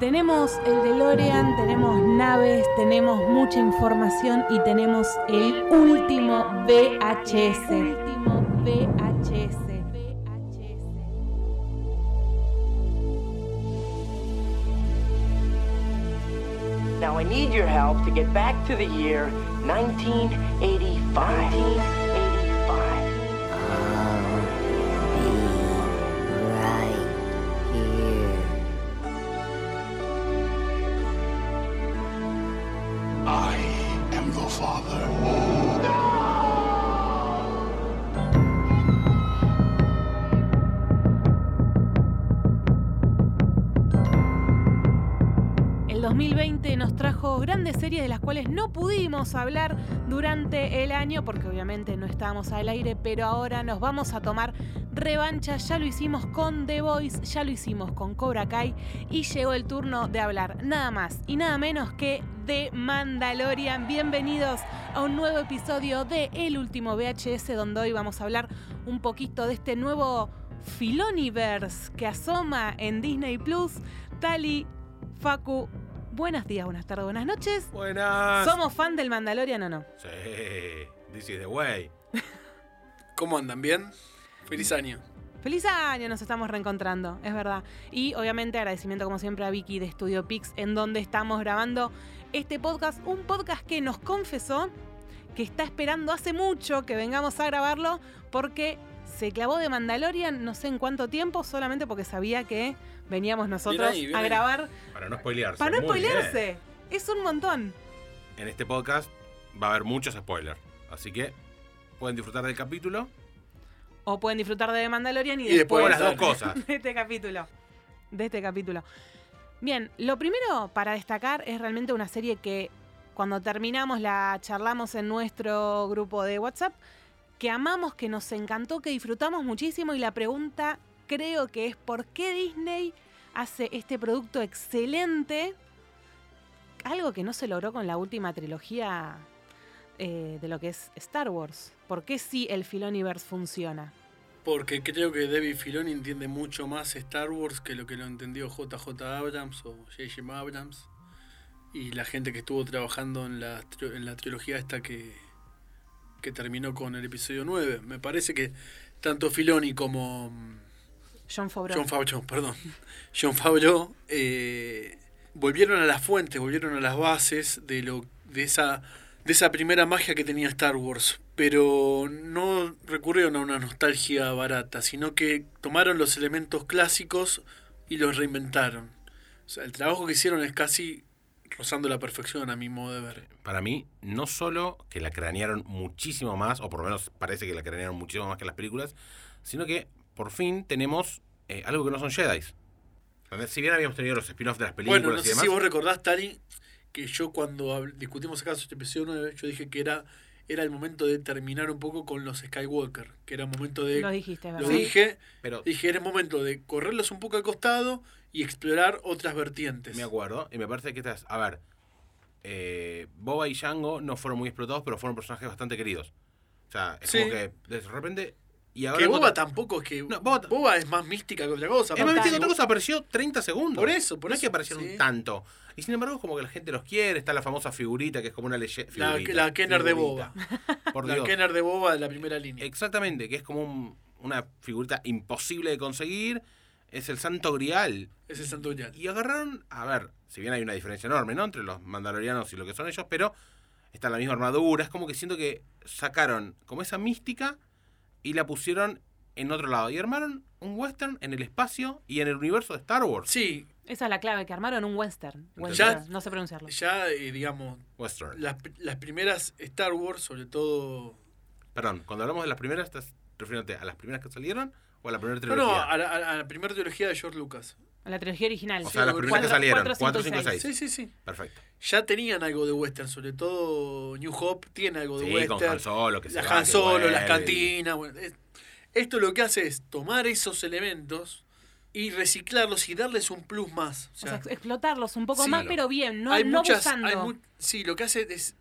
Tenemos el DeLorean, tenemos naves, tenemos mucha información y tenemos el último VHS. El último VHS. Now I need your help to get back to the year 1985. 1985. I am the father. El 2020 nos trajo grandes series de las cuales no pudimos hablar durante el año porque obviamente no estábamos al aire, pero ahora nos vamos a tomar revancha. Ya lo hicimos con The Voice, ya lo hicimos con Cobra Kai y llegó el turno de hablar nada más y nada menos que de Mandalorian. Bienvenidos a un nuevo episodio de El último VHS donde hoy vamos a hablar un poquito de este nuevo Filoniverse que asoma en Disney Plus. Tali, Facu, buenos días, buenas tardes, buenas noches. Buenas. ¿Somos fan del Mandalorian o no? Sí, this is the way. ¿Cómo andan? ¿Bien? Feliz año. Feliz año, nos estamos reencontrando, es verdad. Y obviamente agradecimiento como siempre a Vicky de Studio Pix, en donde estamos grabando este podcast, un podcast que nos confesó que está esperando hace mucho que vengamos a grabarlo porque se clavó de Mandalorian no sé en cuánto tiempo, solamente porque sabía que veníamos nosotros ahí, bien a ahí. grabar Para no spoilearse. para no Muy bien. spoilearse. Es un montón. En este podcast va a haber muchos spoilers. Así que pueden disfrutar del capítulo O pueden disfrutar de The Mandalorian y, Y después o después las dos Spoiler. cosas. de este capítulo. De este capítulo. Bien, lo primero para destacar es realmente una serie que cuando terminamos la charlamos en nuestro grupo de WhatsApp, que amamos, que nos encantó, que disfrutamos muchísimo y la pregunta creo que es por qué Disney hace este producto excelente, algo que no se logró con la última trilogía eh, de lo que es Star Wars. ¿Por qué sí el Filoniverse funciona? Porque creo que David Filoni entiende mucho más Star Wars que lo que lo entendió JJ Abrams o J.J. Abrams. Y la gente que estuvo trabajando en la, tri- en la trilogía esta que, que terminó con el episodio 9. Me parece que tanto Filoni como mm, John Favreau. John Favreau, perdón. John Favreau eh, volvieron a las fuentes, volvieron a las bases de lo de esa de esa primera magia que tenía Star Wars, pero no recurrieron a una nostalgia barata, sino que tomaron los elementos clásicos y los reinventaron. O sea, el trabajo que hicieron es casi rozando la perfección a mi modo de ver. Para mí, no solo que la cranearon muchísimo más, o por lo menos parece que la cranearon muchísimo más que las películas, sino que por fin tenemos eh, algo que no son Jedi. Si bien habíamos tenido los spin-offs de las películas Bueno, no y sé demás, si vos recordás, Tari, que yo cuando habl- discutimos acá sobre este episodio 9, yo dije que era, era el momento de terminar un poco con los Skywalker, que era momento de... Lo dijiste, lo ¿verdad? dije, pero dije, era el momento de correrlos un poco al costado y explorar otras vertientes. me acuerdo, y me parece que estas, a ver, eh, Boba y Django no fueron muy explotados, pero fueron personajes bastante queridos. O sea, es Sí. como que de repente... Y ahora que vos- Boba tampoco es que... No, Boba Boba, ta- es más mística que otra cosa. Es más, porque viste que si otra vos- cosa apareció 30 segundos. Por eso, por No es que eso, aparecieron sí. tanto. Y sin embargo, es como que la gente los quiere. Está la famosa figurita que es como una leyenda. La- la Kenner de Por La Dios. Eh, Kenner de Boba de la primera línea. Exactamente, que es como un- una figurita imposible de conseguir. Es el santo grial. Ese es Santuñal. Y agarraron, a ver, si bien hay una diferencia enorme, ¿no? Entre los mandalorianos y lo que son ellos, pero está la misma armadura. Es como que siento que sacaron como esa mística y la pusieron en otro lado. Y armaron un western en el espacio y en el universo de Star Wars. Sí, Esa es la clave, que armaron un western. Ya- Western, no sé pronunciarlo. ya, eh, digamos, Western. las, las primeras Star Wars, sobre todo Perdón, cuando hablamos de las primeras, ¿estás refiriéndote a las primeras que salieron o a la primera No, trilogía? no, a la, a la- a la primera trilogía de George Lucas. La trilogía original. O sea, las sí, primeras que cuatro- salieron. cuatro, 4, cinco, 5, 6. Sí, sí, sí. Perfecto. Ya tenían algo de western, sobre todo New Hope tiene algo de Sí, western. con Han Solo, que se la va, Han que Solo, vuelve. las cantinas. bueno, es- esto lo que hace es tomar esos elementos y reciclarlos y darles un plus más. O O sea, sea, explotarlos un poco Sí. más, pero bien, no, hay no muchas. abusando. hay mu- sí, lo que hace es.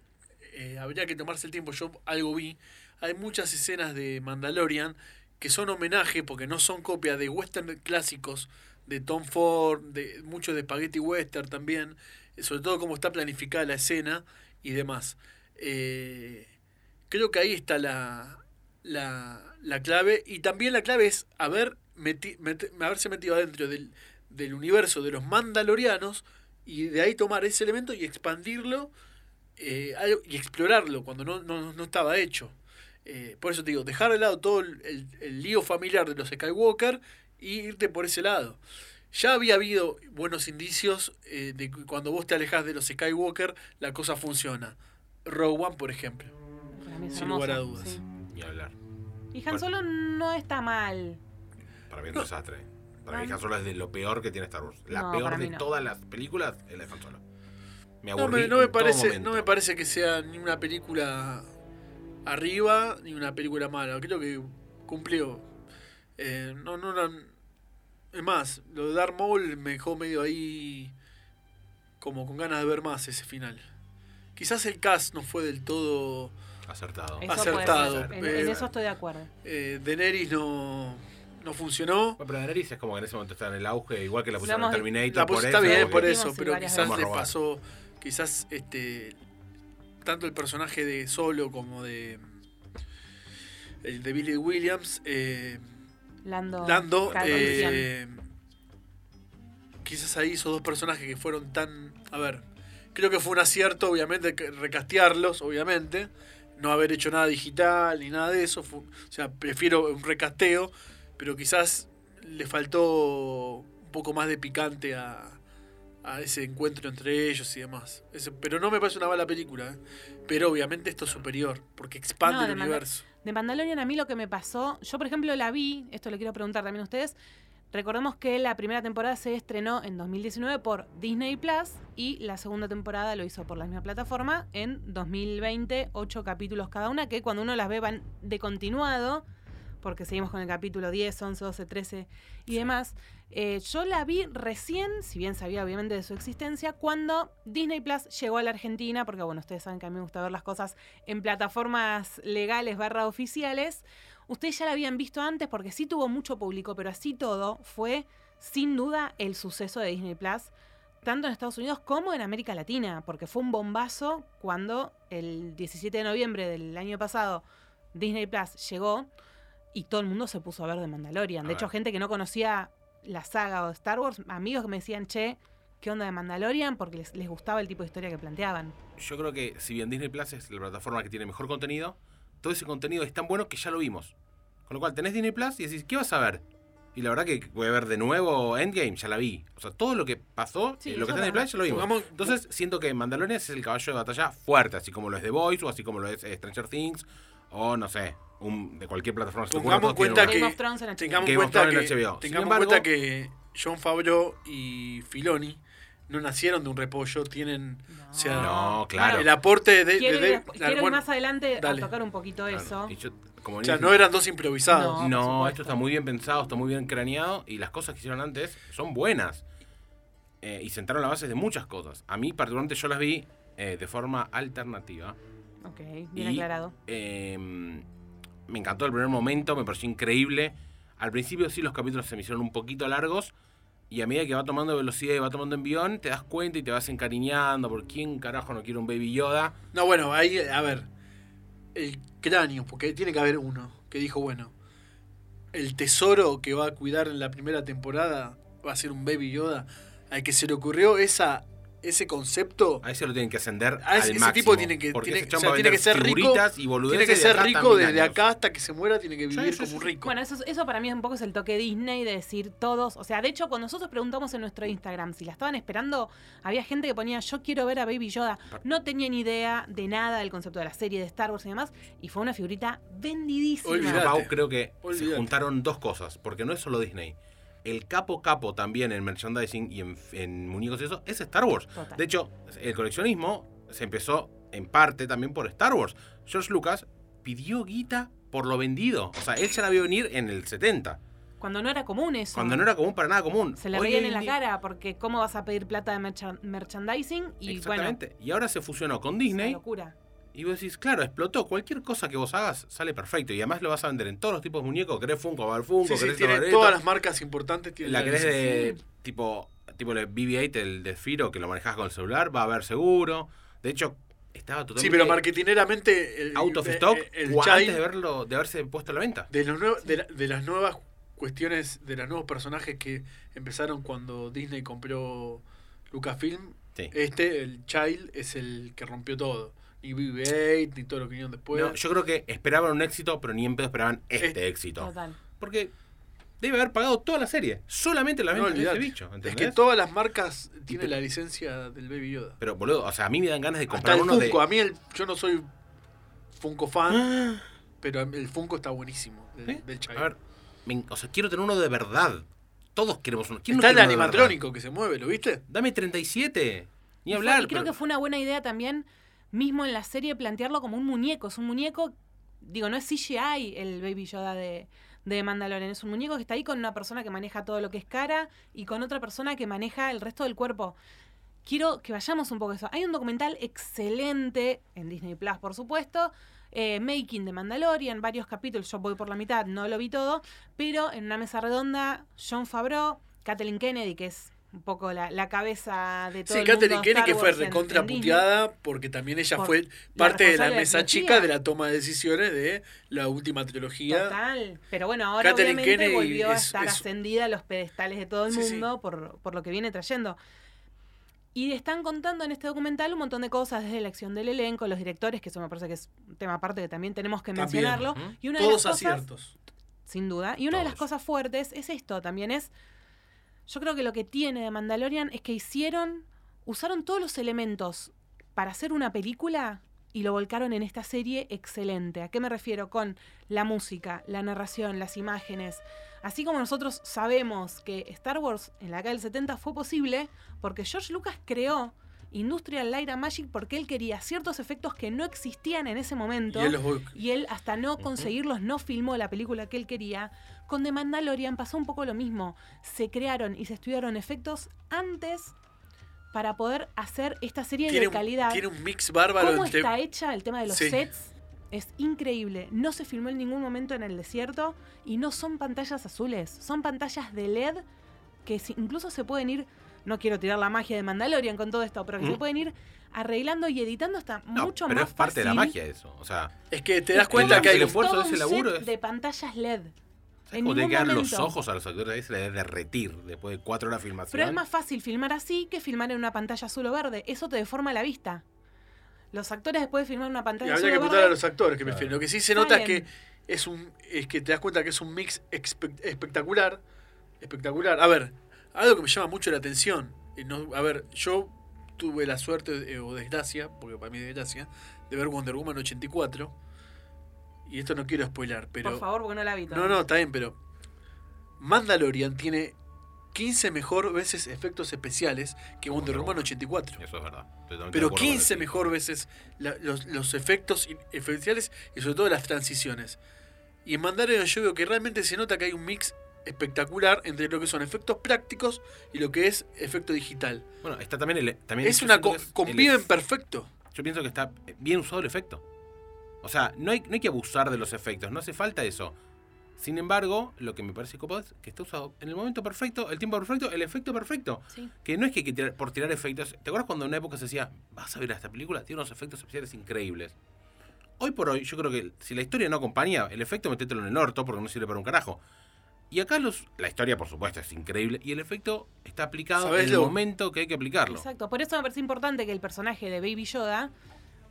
eh, habría que tomarse el tiempo. Yo algo vi. Hay muchas escenas de Mandalorian que son homenaje porque no son copia de western clásicos de Tom Ford, de mucho de Spaghetti Western también, eh, sobre todo cómo está planificada la escena y demás. Eh, creo que ahí está la, la, la clave. Y también la clave es haber meti- mete- haberse metido adentro del, del universo de los mandalorianos y de ahí tomar ese elemento y expandirlo eh, algo- y explorarlo cuando no, no, no estaba hecho. Eh, por eso te digo, dejar de lado todo el, el- el lío familiar de los Skywalker y irte por ese lado. Ya había habido buenos indicios eh, de que cuando vos te alejás de los Skywalker, la cosa funciona. Rogue One, por ejemplo. Para mí es Sin hermosa, lugar a dudas. sí. Ni hablar. Y Han Solo no está mal. Para mí es No. un desastre. Para Para mí mí- Han Solo es de lo peor que tiene Star Wars. La No, para peor mí de no. todas las películas es la de Han Solo. Me No aburrí me, no me en todo parece, momento. no me parece que sea ni una película arriba ni una película mala. Creo que cumplió. Eh, no, no eran- Es más, lo de Darth Maul me dejó medio ahí como con ganas de ver más ese final. Quizás el cast no fue del todo... Acertado. Eso Acertado, puede ser. En, eh, en eso estoy de acuerdo. Eh, Daenerys no, no funcionó. Bueno, pero Daenerys es como que en ese momento está en el auge, igual que la pusieron en hemos- Terminator. La por pos- está eso, bien porque- por porque- eso, Sí, pero varias quizás veces. le Vamos a robar. pasó, quizás este tanto el personaje de Solo como de el de Billy Williams, eh, Lando. Lando, cada eh, condición. quizás ahí esos dos personajes que fueron tan, a ver, creo que fue un acierto, obviamente, que- recastearlos, obviamente, no haber hecho nada digital ni nada de eso, fue- o sea, prefiero un recasteo, pero quizás le faltó un poco más de picante a, a ese encuentro entre ellos y demás. Ese- pero no me parece una mala película, ¿eh? pero obviamente esto es superior, porque expande No, el de Manda- universo. De Mandalorian a mí lo que me pasó, yo por ejemplo la vi, esto le quiero preguntar también a ustedes, recordemos que la primera temporada se estrenó en 2019 por Disney Plus y la segunda temporada lo hizo por la misma plataforma en 2020, ocho capítulos cada una, que cuando uno las ve van de continuado, porque seguimos con el capítulo 10, 11, 12, 13 y demás. Eh, yo la vi recién, si bien sabía obviamente de su existencia, cuando Disney Plus llegó a la Argentina, porque bueno, ustedes saben que a mí me gusta ver las cosas en plataformas legales barra oficiales. Ustedes ya la habían visto antes porque sí tuvo mucho público, pero así todo fue sin duda el suceso de Disney Plus, tanto en Estados Unidos como en América Latina, porque fue un bombazo cuando el 17 de noviembre del año pasado Disney Plus llegó y todo el mundo se puso a ver de Mandalorian. A De hecho, ver. gente que no conocía la saga o Star Wars, amigos que me decían, che, ¿qué onda de Mandalorian? Porque les, les gustaba el tipo de historia que planteaban. Yo creo que si bien Disney Plus es la plataforma que tiene mejor contenido, todo ese contenido es tan bueno que ya lo vimos. Con lo cual tenés Disney Plus y decís, ¿qué vas a ver? Y la verdad que voy a ver de nuevo Endgame, ya la vi. O sea, todo lo que pasó, Sí, eh, lo que eso está en es el Plus ya lo vimos. Pongamos- Entonces siento que Mandalorian es el caballo de batalla fuerte, así como lo es The Voice o así como lo es eh, Stranger Things o no sé, un- de cualquier plataforma. que se te ocurra, Pongamos todos en tienen cuenta un- que- Game of Thrones en HBO. Tengamos en Game of cuenta que, Thrones en HBO. Sin tengamos en embargo- cuenta que John Favreau y Filoni no nacieron de un repollo, tienen o sea, No, claro. el aporte de, quiero de- ir, de- quiero ir bueno, más adelante dale. a tocar un poquito eso. Claro. Y yo, como o sea, venís- no eran dos improvisados. No, por No, supuesto. esto está muy bien pensado, está muy bien craneado y las cosas que hicieron antes son buenas. Eh, y sentaron la base de muchas cosas. A mí, particularmente, yo las vi eh, de forma alternativa. Ok, bien Y, aclarado. eh, me encantó el primer momento, me pareció increíble. Al principio sí los capítulos se me hicieron un poquito largos. Y a medida que va tomando velocidad y va tomando envión, te das cuenta y te vas encariñando por quién carajo no quiere un Baby Yoda. No, bueno, ahí, a ver, el cráneo, porque tiene que haber uno que dijo, bueno, el tesoro que va a cuidar en la primera temporada va a ser un Baby Yoda, al que se le ocurrió esa, ese concepto. A ese lo tienen que ascender A al ese- ese máximo. tipo tiene que- porque tiene- ese chabón o sea, va a tiene que vender ser rico, figuretes y Tiene boludeces que de ser acá hasta rico mil desde años. acá hasta que se muera, tiene que vivir sí, como sí, un sí. rico. Bueno, eso, es- eso para mí es un poco es el toque Disney de decir todos. O sea, de hecho, cuando nosotros preguntamos en nuestro Instagram si la estaban esperando, había gente que ponía yo quiero ver a Baby Yoda. No tenía ni idea de nada del concepto de la serie de Star Wars y demás. Y fue una figurita vendidísima. Olvidate. Pau, creo que Olvidate. se juntaron dos cosas, porque no es solo Disney. El capo capo también en merchandising y en, en muñecos y eso es Star Wars. Total. De hecho, el coleccionismo se empezó en parte también por Star Wars. George Lucas pidió guita por lo vendido. O sea, él ya la vio venir en el 70, Cuando no era común eso. cuando no era común para nada común. Se le Hoy reían en en la día- cara porque cómo vas a pedir plata de merchan- merchandising y bueno, Exactamente. y ahora se fusionó con es una Disney locura. Y vos decís, claro, explotó. Cualquier cosa que vos hagas sale perfecto. Y además lo vas a vender en todos los tipos de muñecos. Querés Funko, va al Funko, Sí, sí, querés tiene esto, va al todas esto. las marcas importantes. Tiene La la querés de- de tipo, tipo el BB-8, el de Firo, que lo manejás con el celular, va a haber seguro. De hecho, estaba totalmente Sí, pero marketineramente. El, out of stock El, o child antes de, verlo, de haberse puesto a la venta. de, los nue- de, la- de las nuevas cuestiones, de los nuevos personajes que empezaron cuando Disney compró Lucasfilm, Sí. este, el Child, es el que rompió todo. Ni BB-8, ni todo lo que vinieron después. No, yo creo que esperaban un éxito, pero ni en pedo esperaban este Este, éxito. Total. Porque debe haber pagado toda la serie. Solamente la No, venta de ese olvidate. bicho. es ¿entendés? que todas las marcas tienen pe- la licencia del Baby Yoda. Pero boludo, o sea, a mí me dan ganas de Hasta comprar el uno Funko. de. Ah. A mí el, yo no soy Funko fan, pero el Funko está buenísimo. Del, ¿Sí? del Child. A ver, me en- o sea, quiero tener uno de verdad. Todos queremos uno. ¿Quién no Está el quiere uno de animatrónico que se mueve, ¿lo viste? verdad? Dame 37. Ni Y fue- hablar. y creo pero- que fue una buena idea también, mismo en la serie, plantearlo como un muñeco. Es un muñeco, digo, no es CGI el Baby Yoda de, de Mandalorian. Es un muñeco que está ahí con una persona que maneja todo lo que es cara y con otra persona que maneja el resto del cuerpo. Quiero que vayamos un poco a eso. Hay un documental excelente en Disney Plus, por supuesto. eh, Making de Mandalorian, varios capítulos, yo voy por la mitad, no lo vi todo, pero en una mesa redonda, John Favreau, Kathleen Kennedy, que es un poco la, la cabeza de todo Sí, el Katherine mundo Kennedy Star que fue Wars en- en Disney. recontraputeada porque también ella Por fue la parte de la responsable de mesa la chica trilogía. de la toma de decisiones de la última trilogía. Total. Pero bueno, ahora Kathleen obviamente Kennedy volvió a es- estar es- ascendida a los pedestales de todo el Sí, sí. mundo Por, por lo que viene trayendo. Y están contando en este documental un montón de cosas desde la acción del elenco, los directores, que eso me parece que es un tema aparte que también tenemos que También, mencionarlo. ujú. Y una de las Todos cosas, aciertos. sin duda. Y una de las Todos. cosas fuertes es esto, también es, yo creo que lo que tiene de Mandalorian es que hicieron, usaron todos los elementos para hacer una película y lo volcaron en esta serie excelente. ¿A qué me refiero? Con la música, la narración, las imágenes. Así como nosotros sabemos que Star Wars en la década del 70 fue posible porque George Lucas creó Industrial Light and Magic porque él quería ciertos efectos que no existían en ese Y momento él los voy- y él hasta no conseguirlos no filmó la película que él quería. Con The Mandalorian pasó un poco lo mismo. Se crearon y se estudiaron efectos antes para poder hacer esta serie tiene, de calidad. un, tiene un mix bárbaro ¿Cómo entre- está hecha el tema de los Sí. sets? Es increíble. No se filmó en ningún momento en el desierto y no son pantallas azules, son pantallas de LED que si- incluso se pueden ir. No quiero tirar la magia de Mandalorian con todo esto, pero que Mm. se pueden ir arreglando y editando hasta No, mucho pero más es parte de la fácil. magia eso. O sea, Es que te das Es cuenta todo que hay el un- un- esfuerzo todo de ese un laburo set es- de pantallas LED. ¿sabes En cómo te ningún quedan los momento. ojos a los actores? Ahí se les debe derretir después de cuatro horas de filmación. Pero es más fácil filmar así que filmar en una pantalla azul o verde. Eso te deforma la vista. Los actores después de filmar una Y pantalla azul habría que o preguntar verde, a los actores que prefieren. Lo que sí se nota es que Salen. es un es que te das cuenta que es un mix espe- espectacular, espectacular. A ver, algo que me llama mucho la atención. y no- a ver, yo tuve la suerte eh, o desgracia, porque para mí es desgracia, de ver Wonder Woman 84. Y esto no quiero spoiler, pero Por favor, porque no la vi. no, no, está bien, pero Mandalorian tiene 15 mejor veces efectos especiales que Wonder Wonder Woman Woman. 84. Eso es verdad. Estoy totalmente de Pero acuerdo con 15 eso. mejor veces la- los, los efectos in- especiales y sobre todo las transiciones. Y en Mandalorian yo veo que realmente se nota que hay un mix espectacular entre lo que son efectos prácticos y lo que es efecto digital. Bueno, está también el. También Es yo una siento co- que es el conviven ex- perfecto. Yo pienso que está bien usado el efecto. O sea, no hay, no hay que abusar de los efectos, no hace falta eso. Sin embargo, lo que me parece copado es que está usado en el momento perfecto, el tiempo perfecto, el efecto perfecto. Sí. Que no es que, hay que tirar- por tirar efectos. ¿Te acuerdas cuando en una época se decía, vas a ver esta película? Tiene unos efectos especiales increíbles. Hoy por hoy, yo creo que si la historia no acompaña, el efecto metételo en el orto porque no sirve para un carajo. Y acá los, la historia, por supuesto, es increíble. Y el efecto está aplicado ¿Sabés en el lo- momento que hay que aplicarlo. Exacto. Por eso me parece importante que el personaje de Baby Yoda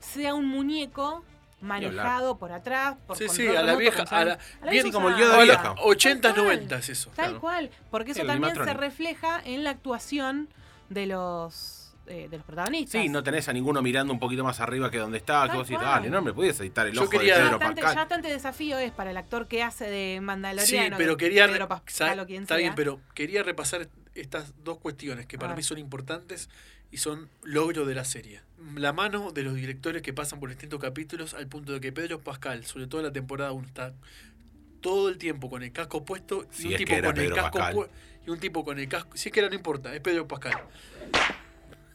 sea un muñeco manejado por atrás, por Sí, sí, control a la remoto, vieja. con A la, A la bien vieja como el usada. Yoda a la vieja. 80s, Tal cual. 90s eso. Tal Claro. cual, porque eso El también se animatronic. refleja en la actuación de los, eh, de los protagonistas. Sí, no tenés a ninguno mirando un poquito más arriba que donde está. Que Tal vos decís, cual. dale, no me podías editar el Yo ojo quería- de ya Pedro bastante, Pascal. ya bastante desafío es para el actor que hace de Sí, Mandaloriano. pero que quería. Pedro re- Pascal sa- o quien está sea. bien, pero quería repasar estas dos cuestiones que A para ver. mí son importantes y son logro de la serie. La mano de los directores que pasan por distintos capítulos al punto de que Pedro Pascal, sobre todo en la temporada 1, está todo el tiempo con el casco puesto y Si un es que tipo era con el Pedro casco Pascal. pu- y un tipo con el casco, si es que era no importa, es Pedro Pascal.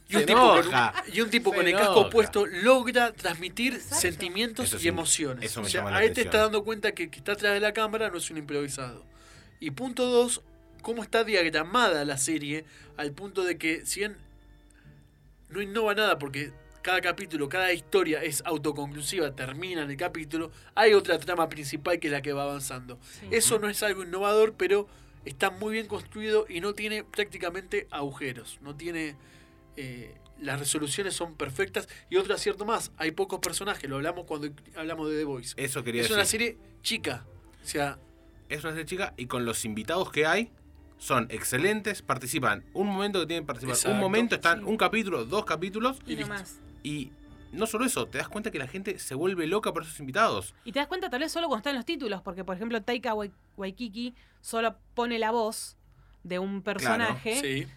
Y un Se tipo, con, enoja. y un tipo Se con el casco enoja. puesto logra transmitir sentimientos Eso es y un- emociones. eso me o sea, llama la a este atención. está dando cuenta que, que está atrás de la cámara no es un improvisado. Y punto dos, cómo está diagramada la serie al punto de que, si bien no innova nada porque cada capítulo, cada historia es autoconclusiva, termina en el capítulo, hay otra trama principal que es la que va avanzando. Eso no es algo innovador, pero está muy bien construido y no tiene prácticamente agujeros, no tiene... eh, las resoluciones son perfectas y otro acierto más, hay pocos personajes, lo hablamos cuando hablamos de The Voice. Eso Eh, quería Es decir. una serie chica, o sea, es una serie chica y con los invitados que hay son excelentes, participan un momento que tienen que participar, Exacto. un momento están Sí. un capítulo, dos capítulos Y, Y no listo. más. y no solo eso, te das cuenta que la gente se vuelve loca por esos invitados. Y te das cuenta tal vez solo cuando están los títulos, porque por ejemplo Taika Wai- Waikiki solo pone la voz de un personaje sí.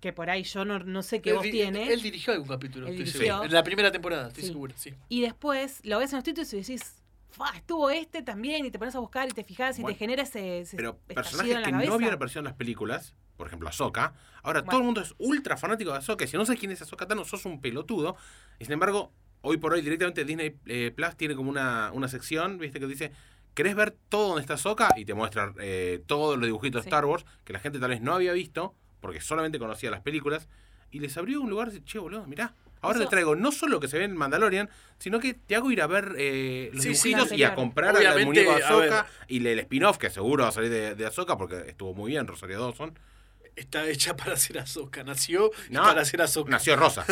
que por ahí yo no, no sé qué voz di- tiene. él dirigió algún capítulo, Él estoy dirigió. seguro. En la primera temporada, estoy Sí. seguro, sí. Y después lo ves en los títulos y decís, "Fa, estuvo este también, y te pones a buscar y te fijas y Bueno, te genera ese, ese Pero estallido personajes en la que cabeza. no habían aparecido en las películas, por ejemplo Ahsoka, ahora Bueno. todo el mundo es ultra fanático de Ahsoka, y si no sabes quién es Ahsoka Tano, sos un pelotudo. Y sin embargo, hoy por hoy directamente Disney eh, Plus tiene como una, una sección, viste, que dice, ¿querés ver todo donde está Ahsoka? Y te muestra eh, todos los dibujitos Sí. de Star Wars que la gente tal vez no había visto, porque solamente conocía las películas, y les abrió un lugar y dice, che, boludo, mirá. Ahora Eso- te traigo no solo lo que se ve en Mandalorian, sino que te hago ir a ver eh, los Sí, sí, dibujitos y anterior. a comprar al- al Obviamente, muñeco de a Ahsoka ver. y el spin-off que seguro va a salir de, de Ahsoka porque estuvo muy bien Rosario Dawson. Está hecha para ser Azoka, nació y No, para ser Azoka. Nació Rosa.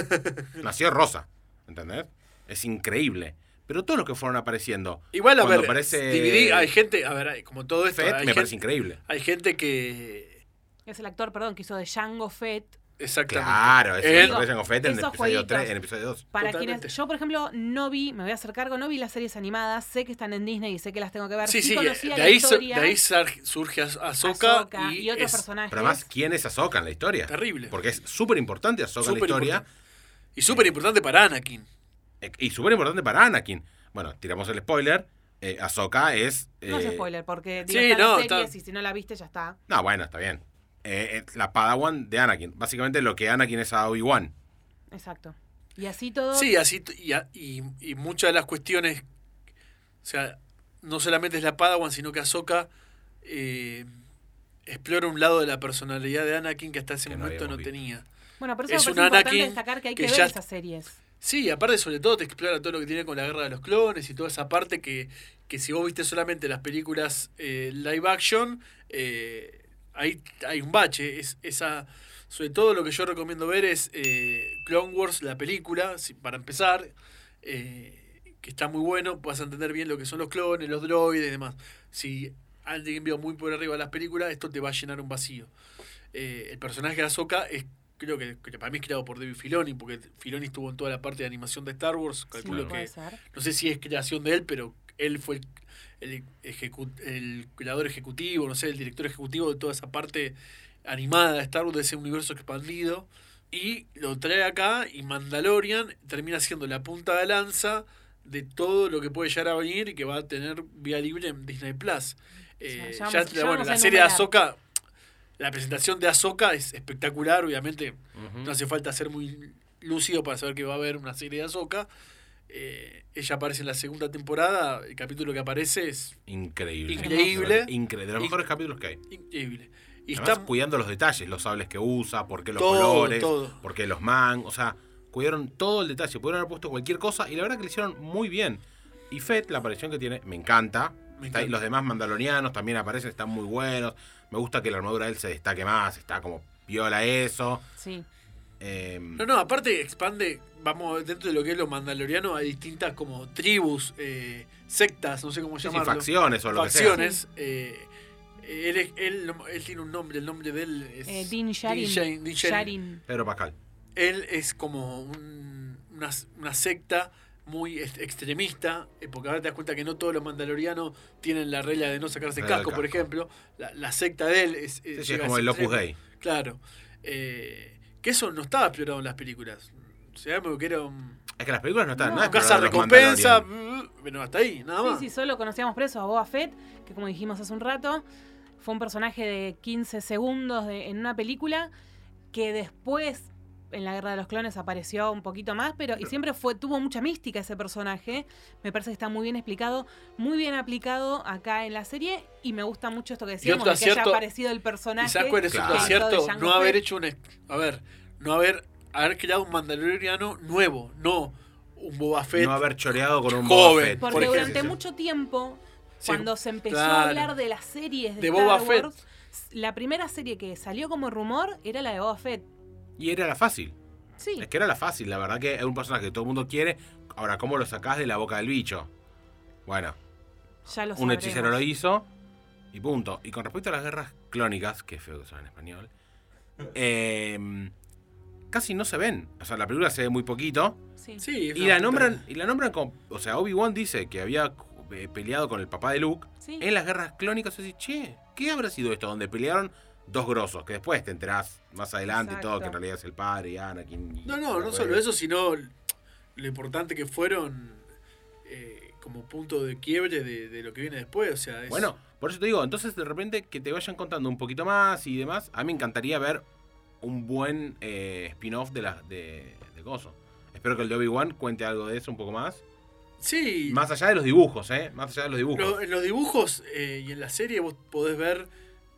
Nació Rosa. ¿Entendés? Es increíble. Pero todos los que fueron apareciendo. Igual, a cuando ver, aparece dividí- hay gente, a ver, hay- como todo esto, Fett, me hay, gente, parece increíble. hay gente que... Es el actor, perdón, que hizo de Django Fett. Exactamente. Claro, es Él- el Rosa con Fett en el esos episodio 3, jueguitos. en el episodio 2. Para Totalmente. quienes, yo por ejemplo no vi, me voy a hacer cargo, no vi las series animadas, sé que están en Disney y sé que las tengo que ver. Sí, sí, conocía de la ahí, sur- de historia, ahí sar- surge Az- Ahsoka, Ahsoka y, y, otros es personajes. Pero además, ¿quién es Ahsoka en la historia? Terrible. Porque es súper importante Ahsoka en la Súper historia. importante. y súper importante para Anakin. eh, Y súper importante para Anakin. Bueno, tiramos el spoiler. eh, Ahsoka es. No es eh, spoiler, porque digo, sí, están las no, series está- y si no la viste ya está. No, bueno, está bien. Eh, es la Padawan de Anakin. Básicamente lo que Anakin es a Obi-Wan. Exacto. Y así todo. Sí, así t- y, a- y- y muchas de las cuestiones, o sea, no solamente es la Padawan, sino que Ahsoka eh, explora un lado de la personalidad de Anakin que hasta ese Que no momento no, habíamos visto. tenía. bueno, por eso me es parece un importante Anakin destacar que hay que, que ver ya- esas series. Sí, aparte sobre todo te explora todo lo que tiene con la guerra de los clones y toda esa parte que, que si vos viste solamente las películas eh, live action, eh, hay, hay un bache. Es, esa, sobre todo lo que yo recomiendo ver es eh, Clone Wars, la película, si- para empezar, eh, que está muy bueno, vas a entender bien lo que son los clones, los droides y demás. Si alguien vio muy por arriba las películas, esto te va a llenar un vacío. Eh, el personaje de Ahsoka es creo que, que para mí es creado por David Filoni, porque Filoni estuvo en toda la parte de animación de Star Wars, calculo sí, que puede ser. no sé si es creación de él, pero él fue el, el, ejecu- el creador ejecutivo, no sé, el director ejecutivo de toda esa parte animada de Star Wars, de ese universo expandido. Y lo trae acá y Mandalorian termina siendo la punta de lanza de todo lo que puede llegar a venir y que va a tener vía libre en Disney Plus. Eh, ya vamos- ya, ya bueno, vamos a la serie de enumerar. Ahsoka, la presentación de Ahsoka es espectacular, obviamente no hace falta ser muy lúcido para saber que va a haber una serie de Ahsoka. Eh, ella aparece en la segunda temporada. El capítulo que aparece es Increíble. Increíble. Incre- De los Y- mejores capítulos que hay. increíble. Y Además, está cuidando los detalles, los sables que usa, por qué los Todo, colores, todo. por qué los man. O sea, cuidaron todo el detalle. Pudieron haber puesto cualquier cosa y la verdad que lo hicieron muy bien. Y Fett, la aparición que tiene, me encanta. Me Está ahí, encanta. los demás mandalonianos también aparecen, están muy buenos. Me gusta que la armadura de él se destaque más, está como viola eso. Sí. Eh, No, no, aparte expande, vamos, dentro de lo que es lo mandaloriano, hay distintas como tribus, eh, sectas, no sé cómo sí, sí, llamarlo. facciones o lo que sea. facciones. eh, él, es- él, él tiene un nombre, el nombre de él es... Eh, Dean Sharin. Sharin, Dean Sharin. Sharin. Pedro Pascal. Él es como un- una, una secta muy est- extremista, eh, porque ahora te das cuenta que no todos los mandalorianos tienen la regla de no sacarse La casco, del por casco. ejemplo. La, la secta de él es, Sí, eh, sí, llega es a como ese el Opus extremo. Dei. Claro. Eh, que eso no estaba explorado en las películas. Sabemos que era un Es que las películas no están No. nada. casa exploradas de los recompensa, Mandalorian. bueno, hasta ahí, nada Sí, más. sí, solo conocíamos preso a Boba Fett, que como dijimos hace un rato, fue un personaje de 15 segundos de- en una película que después en la Guerra de los Clones apareció un poquito más, pero y siempre fue tuvo mucha mística ese personaje. Me parece que está muy bien explicado, muy bien aplicado acá en la serie y me gusta mucho esto que decíamos, otro de que haya acierto- aparecido el personaje. ¿Y sabes cuál es Claro. otro acierto? de Jango No haber Fett. hecho un. ex- A ver, no haber, haber creado un mandaloriano nuevo, no un Boba Fett. no haber choreado con un Joven, Boba Fett, Porque por ejemplo. durante mucho tiempo, Sí, cuando se empezó a claro. hablar de las series de, De Star Boba Fett. Wars, la primera serie que salió como rumor era la de Boba Fett. Y era la fácil. Sí. Es que era la fácil, la verdad que es un personaje que todo el mundo quiere. Ahora, ¿cómo lo sacás de la boca del bicho? Bueno, Ya lo un hechicero lo sabremos. hizo y punto. Y con respecto a las guerras clónicas, que feo que son en español, eh, casi no se ven. O sea, la película se ve muy poquito. Sí. Sí, Y la nombran, y la nombran como. O sea, Obi-Wan dice que había eh, peleado con el papá de Luke Sí. en las guerras clónicas. Así, che, ¿qué habrá sido esto? Donde pelearon dos grosos, que después te enterás más adelante y todo, Exacto. que en realidad es el padre y Anakin. y- No, no, no solo eso, sino lo importante que fueron eh, como punto de quiebre de, de lo que viene después. O sea, es- Bueno, por eso te digo, entonces de repente que te vayan contando un poquito más y demás. A mí me encantaría ver un buen eh, spin-off de las de, de Gozo. Espero que el de Obi-Wan cuente algo de eso un poco más. sí. Más allá de los dibujos, ¿eh? Más allá de los dibujos. Lo- en los dibujos eh, y en la serie vos podés ver,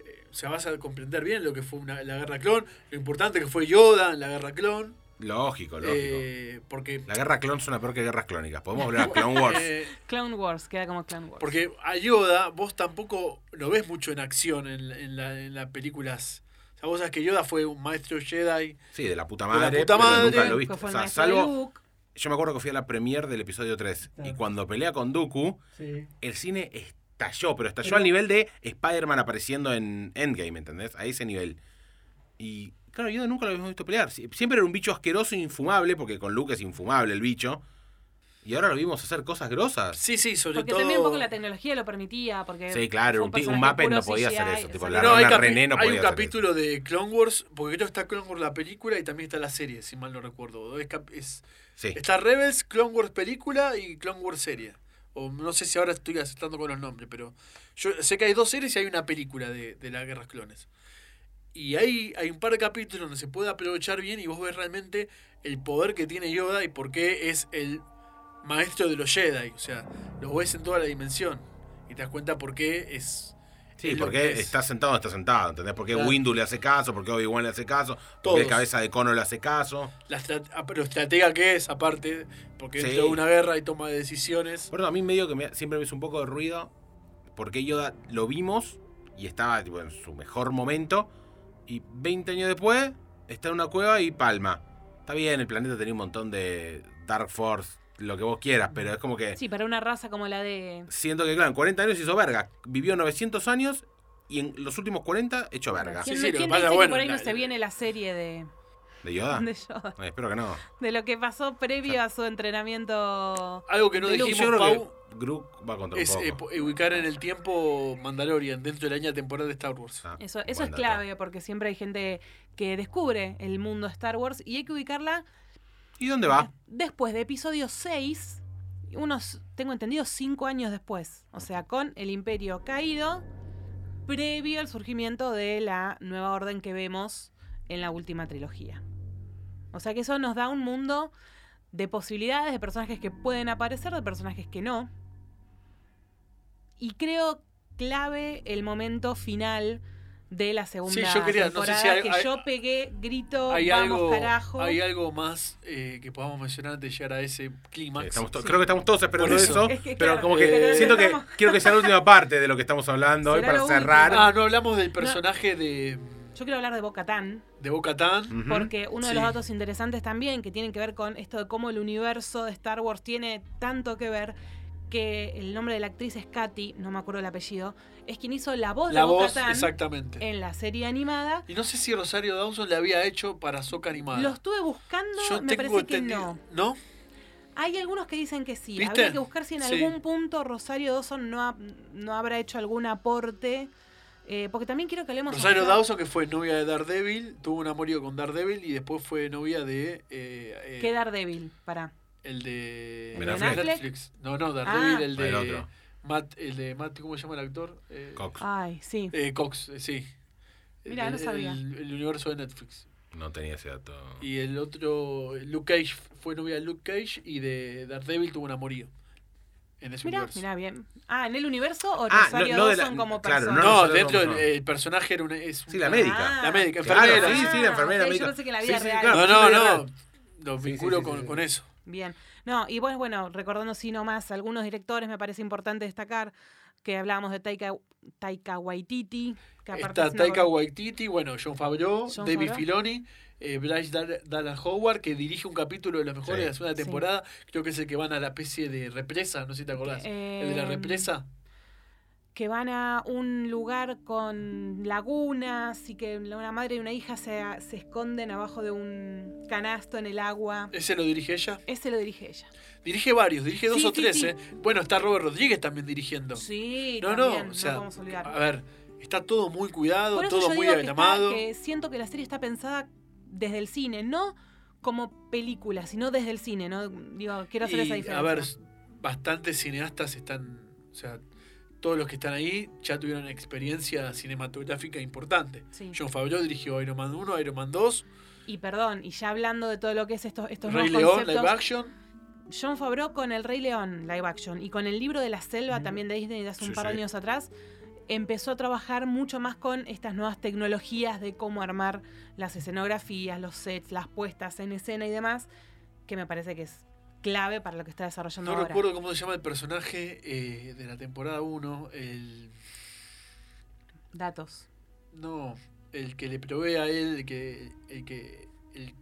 eh, o sea, vas a comprender bien lo que fue una- la guerra clon, lo importante que fue Yoda en la guerra clon, Lógico, lógico. eh, porque, La guerra clon suena peor que guerras clónicas. Podemos hablar de Clone Wars. eh, Clown Wars, queda como Clown Wars. porque a Yoda vos tampoco lo ves mucho en acción en, la- en la- en las películas. O sea, vos sabés que Yoda fue un maestro Jedi. Sí, de la puta De la madre. puta pero madre. nunca lo viste. Fue O el sea, maestro de salvo. Luke. Yo me acuerdo que fui a la premiere del episodio 3. Y cuando pelea con Dooku, el cine estalló, pero estalló al nivel de Spider-Man apareciendo en Endgame, ¿entendés? A ese nivel. Y claro, yo nunca lo habíamos visto pelear. Sie- Siempre era un bicho asqueroso e infumable, porque con Luke es infumable el bicho. Y ahora lo vimos hacer cosas grosas. Sí, sí, sobre Porque todo. también un poco la tecnología lo permitía. Porque Sí, claro, fue un ti- un personaje Muppet puro no podía hacer CGI, eso, tipo, exacto. la- No, hay, Rana capi- René no hay podía un hacer capítulo de Clone Wars, porque creo que está Clone Wars la película y también está la serie, si mal no recuerdo. Es cap- es, Sí. Está Rebels, Clone Wars película y Clone Wars serie. O no sé si ahora estoy aceptando con los nombres, pero yo sé que hay dos series y hay una película de, de las guerras clones. Y ahí hay un par de capítulos donde se puede aprovechar bien y vos ves realmente el poder que tiene Yoda y por qué es el maestro de los Jedi. O sea, lo ves en toda la dimensión y te das cuenta por qué es. Sí, es lo porque que es. está sentado, está sentado, ¿entendés? Porque Claro. Windu le hace caso, porque Obi-Wan le hace caso, porque Todos. el cabeza de Cono le hace caso. La estra- ap- lo estratega que es, aparte, porque Sí. dentro de una guerra hay toma de decisiones. Por eso a mí medio que me- siempre me hizo un poco de ruido porque Yoda lo vimos y estaba tipo, en su mejor momento y 20 años después está en una cueva y palma. Está bien, el planeta tenía un montón de Dark Force, lo que vos quieras, pero es como que Sí, para una raza como la de. siento que, claro, en 40 años hizo verga. Vivió 900 años y en los últimos 40 hecho verga. ¿Quién, Sí, sí, lo quién que pasa, dice que bueno, por ahí no la- se viene la serie de, ¿De Yoda? de Yoda? Ay, espero que no. De lo que pasó Ah. previo a su entrenamiento. Algo que no De Luke, dijimos, yo creo Pau, que Groot va contra un es eh, poco. po- eh, ubicar en el tiempo Mandalorian dentro de la línea temporal de Star Wars. Ah, Eso, eso buen es dato. clave porque siempre hay gente que descubre el mundo Star Wars y hay que ubicarla ¿Y dónde va? después de episodio 6, unos, tengo entendido, 5 años después. O sea, con el imperio caído, previo al surgimiento de la nueva orden que vemos en la última trilogía. O sea que eso nos da un mundo de posibilidades, de personajes que pueden aparecer, de personajes que no. Y creo clave el momento final de la segunda yo quería- no sé temporada si hay- que hay- yo pegué grito hay, vamos algo, carajo hay algo más eh, que podamos mencionar antes de llegar a ese clímax. Estamos to- Creo que estamos todos esperando Por eso, eso. Es que, pero claro, como que pero siento que estamos- quiero que sea la última parte de lo que estamos hablando hoy Será para lo cerrar. último. Ah, no hablamos del personaje de, Yo quiero hablar de Boca Tan, de Boca Tan. Ujú. porque uno de Sí. los datos interesantes también que tienen que ver con esto de cómo el universo de Star Wars tiene tanto que ver que el nombre de la actriz es Katy, no me acuerdo el apellido, es quien hizo la voz La de voz, Boca Tan exactamente. en la serie animada. Y no sé si Rosario Dawson le había hecho para Soca Animada. Lo estuve buscando, Yo me tengo parece que entendido- no. ¿No? Hay algunos que dicen que sí. ¿Viste? Habría que buscar si en Sí. algún punto Rosario Dawson no, ha- no habrá hecho algún aporte. eh, porque también quiero que hablemos Rosario acá- Dawson, que fue novia de Daredevil, tuvo un amorío con Daredevil y después fue novia de. eh, eh, ¿Qué Daredevil? Pará. El de. Ben de Affleck. Netflix. No, no, Daredevil, Ah. el El de. otro. Matt, el de Matt, ¿cómo se llama el actor? Eh, Cox. Ay, sí. eh, Cox, eh, sí. Mirá, El- no sabía. El, el universo de Netflix. No tenía ese dato. Y el otro, Luke Cage, fue novia de Luke Cage y de Daredevil tuvo un amorío. En ese Mirá, universo. mirá bien. Ah, ¿en el universo o Ah, Rosario no- no de la- Dawson como claro, persona? No, nosotros dentro no. del- el, personaje era una, es Sí, un- la médica. Ah, La médica, Claro, enfermera. sí, sí, la enfermera. Ah, ok, yo médica. pensé que la Sí, vida sí, real. claro, No, sí, la no, vida no. real. Lo Sí, sí, vinculo sí, sí, con, sí. con eso. Bien. No, y bueno, bueno, recordando sí nomás algunos directores, me parece importante destacar que hablábamos de Taika, Taika Waititi. Que aparte Está es una Taika gor- Waititi, bueno, John Favreau, Jon David Favreau. Filoni, eh, Bryce Dal- Dallas Howard, que dirige un capítulo de los mejores Sí. de la segunda Sí. temporada. Creo que es el que van a la especie de represa, no sé si te acordás. Eh, el de la represa. Que van a un lugar con lagunas y que la- una madre y una hija se, se esconden abajo de un canasto en el agua. Ese lo dirige ella. Ese lo dirige ella. Dirige varios, dirige dos Sí, o sí, tres. sí. eh. Bueno, está Robert Rodríguez también dirigiendo. Sí, no, también, no, o sea, podemos olvidar. a ver, está todo muy cuidado, Por eso todo yo muy digo que, está- abenamado. que siento que la serie está pensada desde el cine, no como película, sino desde el cine, ¿no? Digo, quiero hacer Y, esa diferencia. A ver, bastantes cineastas están, o sea, todos los que están ahí ya tuvieron experiencia cinematográfica importante. Sí. John Favreau dirigió Iron Man 1, Iron Man 2, Y perdón, y ya hablando de todo lo que es estos, estos Rey nuevos León, conceptos, Live Action. John Favreau con El Rey León, live action, y con el libro de la Mm. selva también de Disney de hace un Sí, par de sí. años atrás, empezó a trabajar mucho más con estas nuevas tecnologías de cómo armar las escenografías, los sets, las puestas en escena y demás, que me parece que es clave para lo que está desarrollando No ahora. recuerdo cómo se llama el personaje eh, de la temporada 1, el... Datos. No, el que le provee a él, el que... El que el,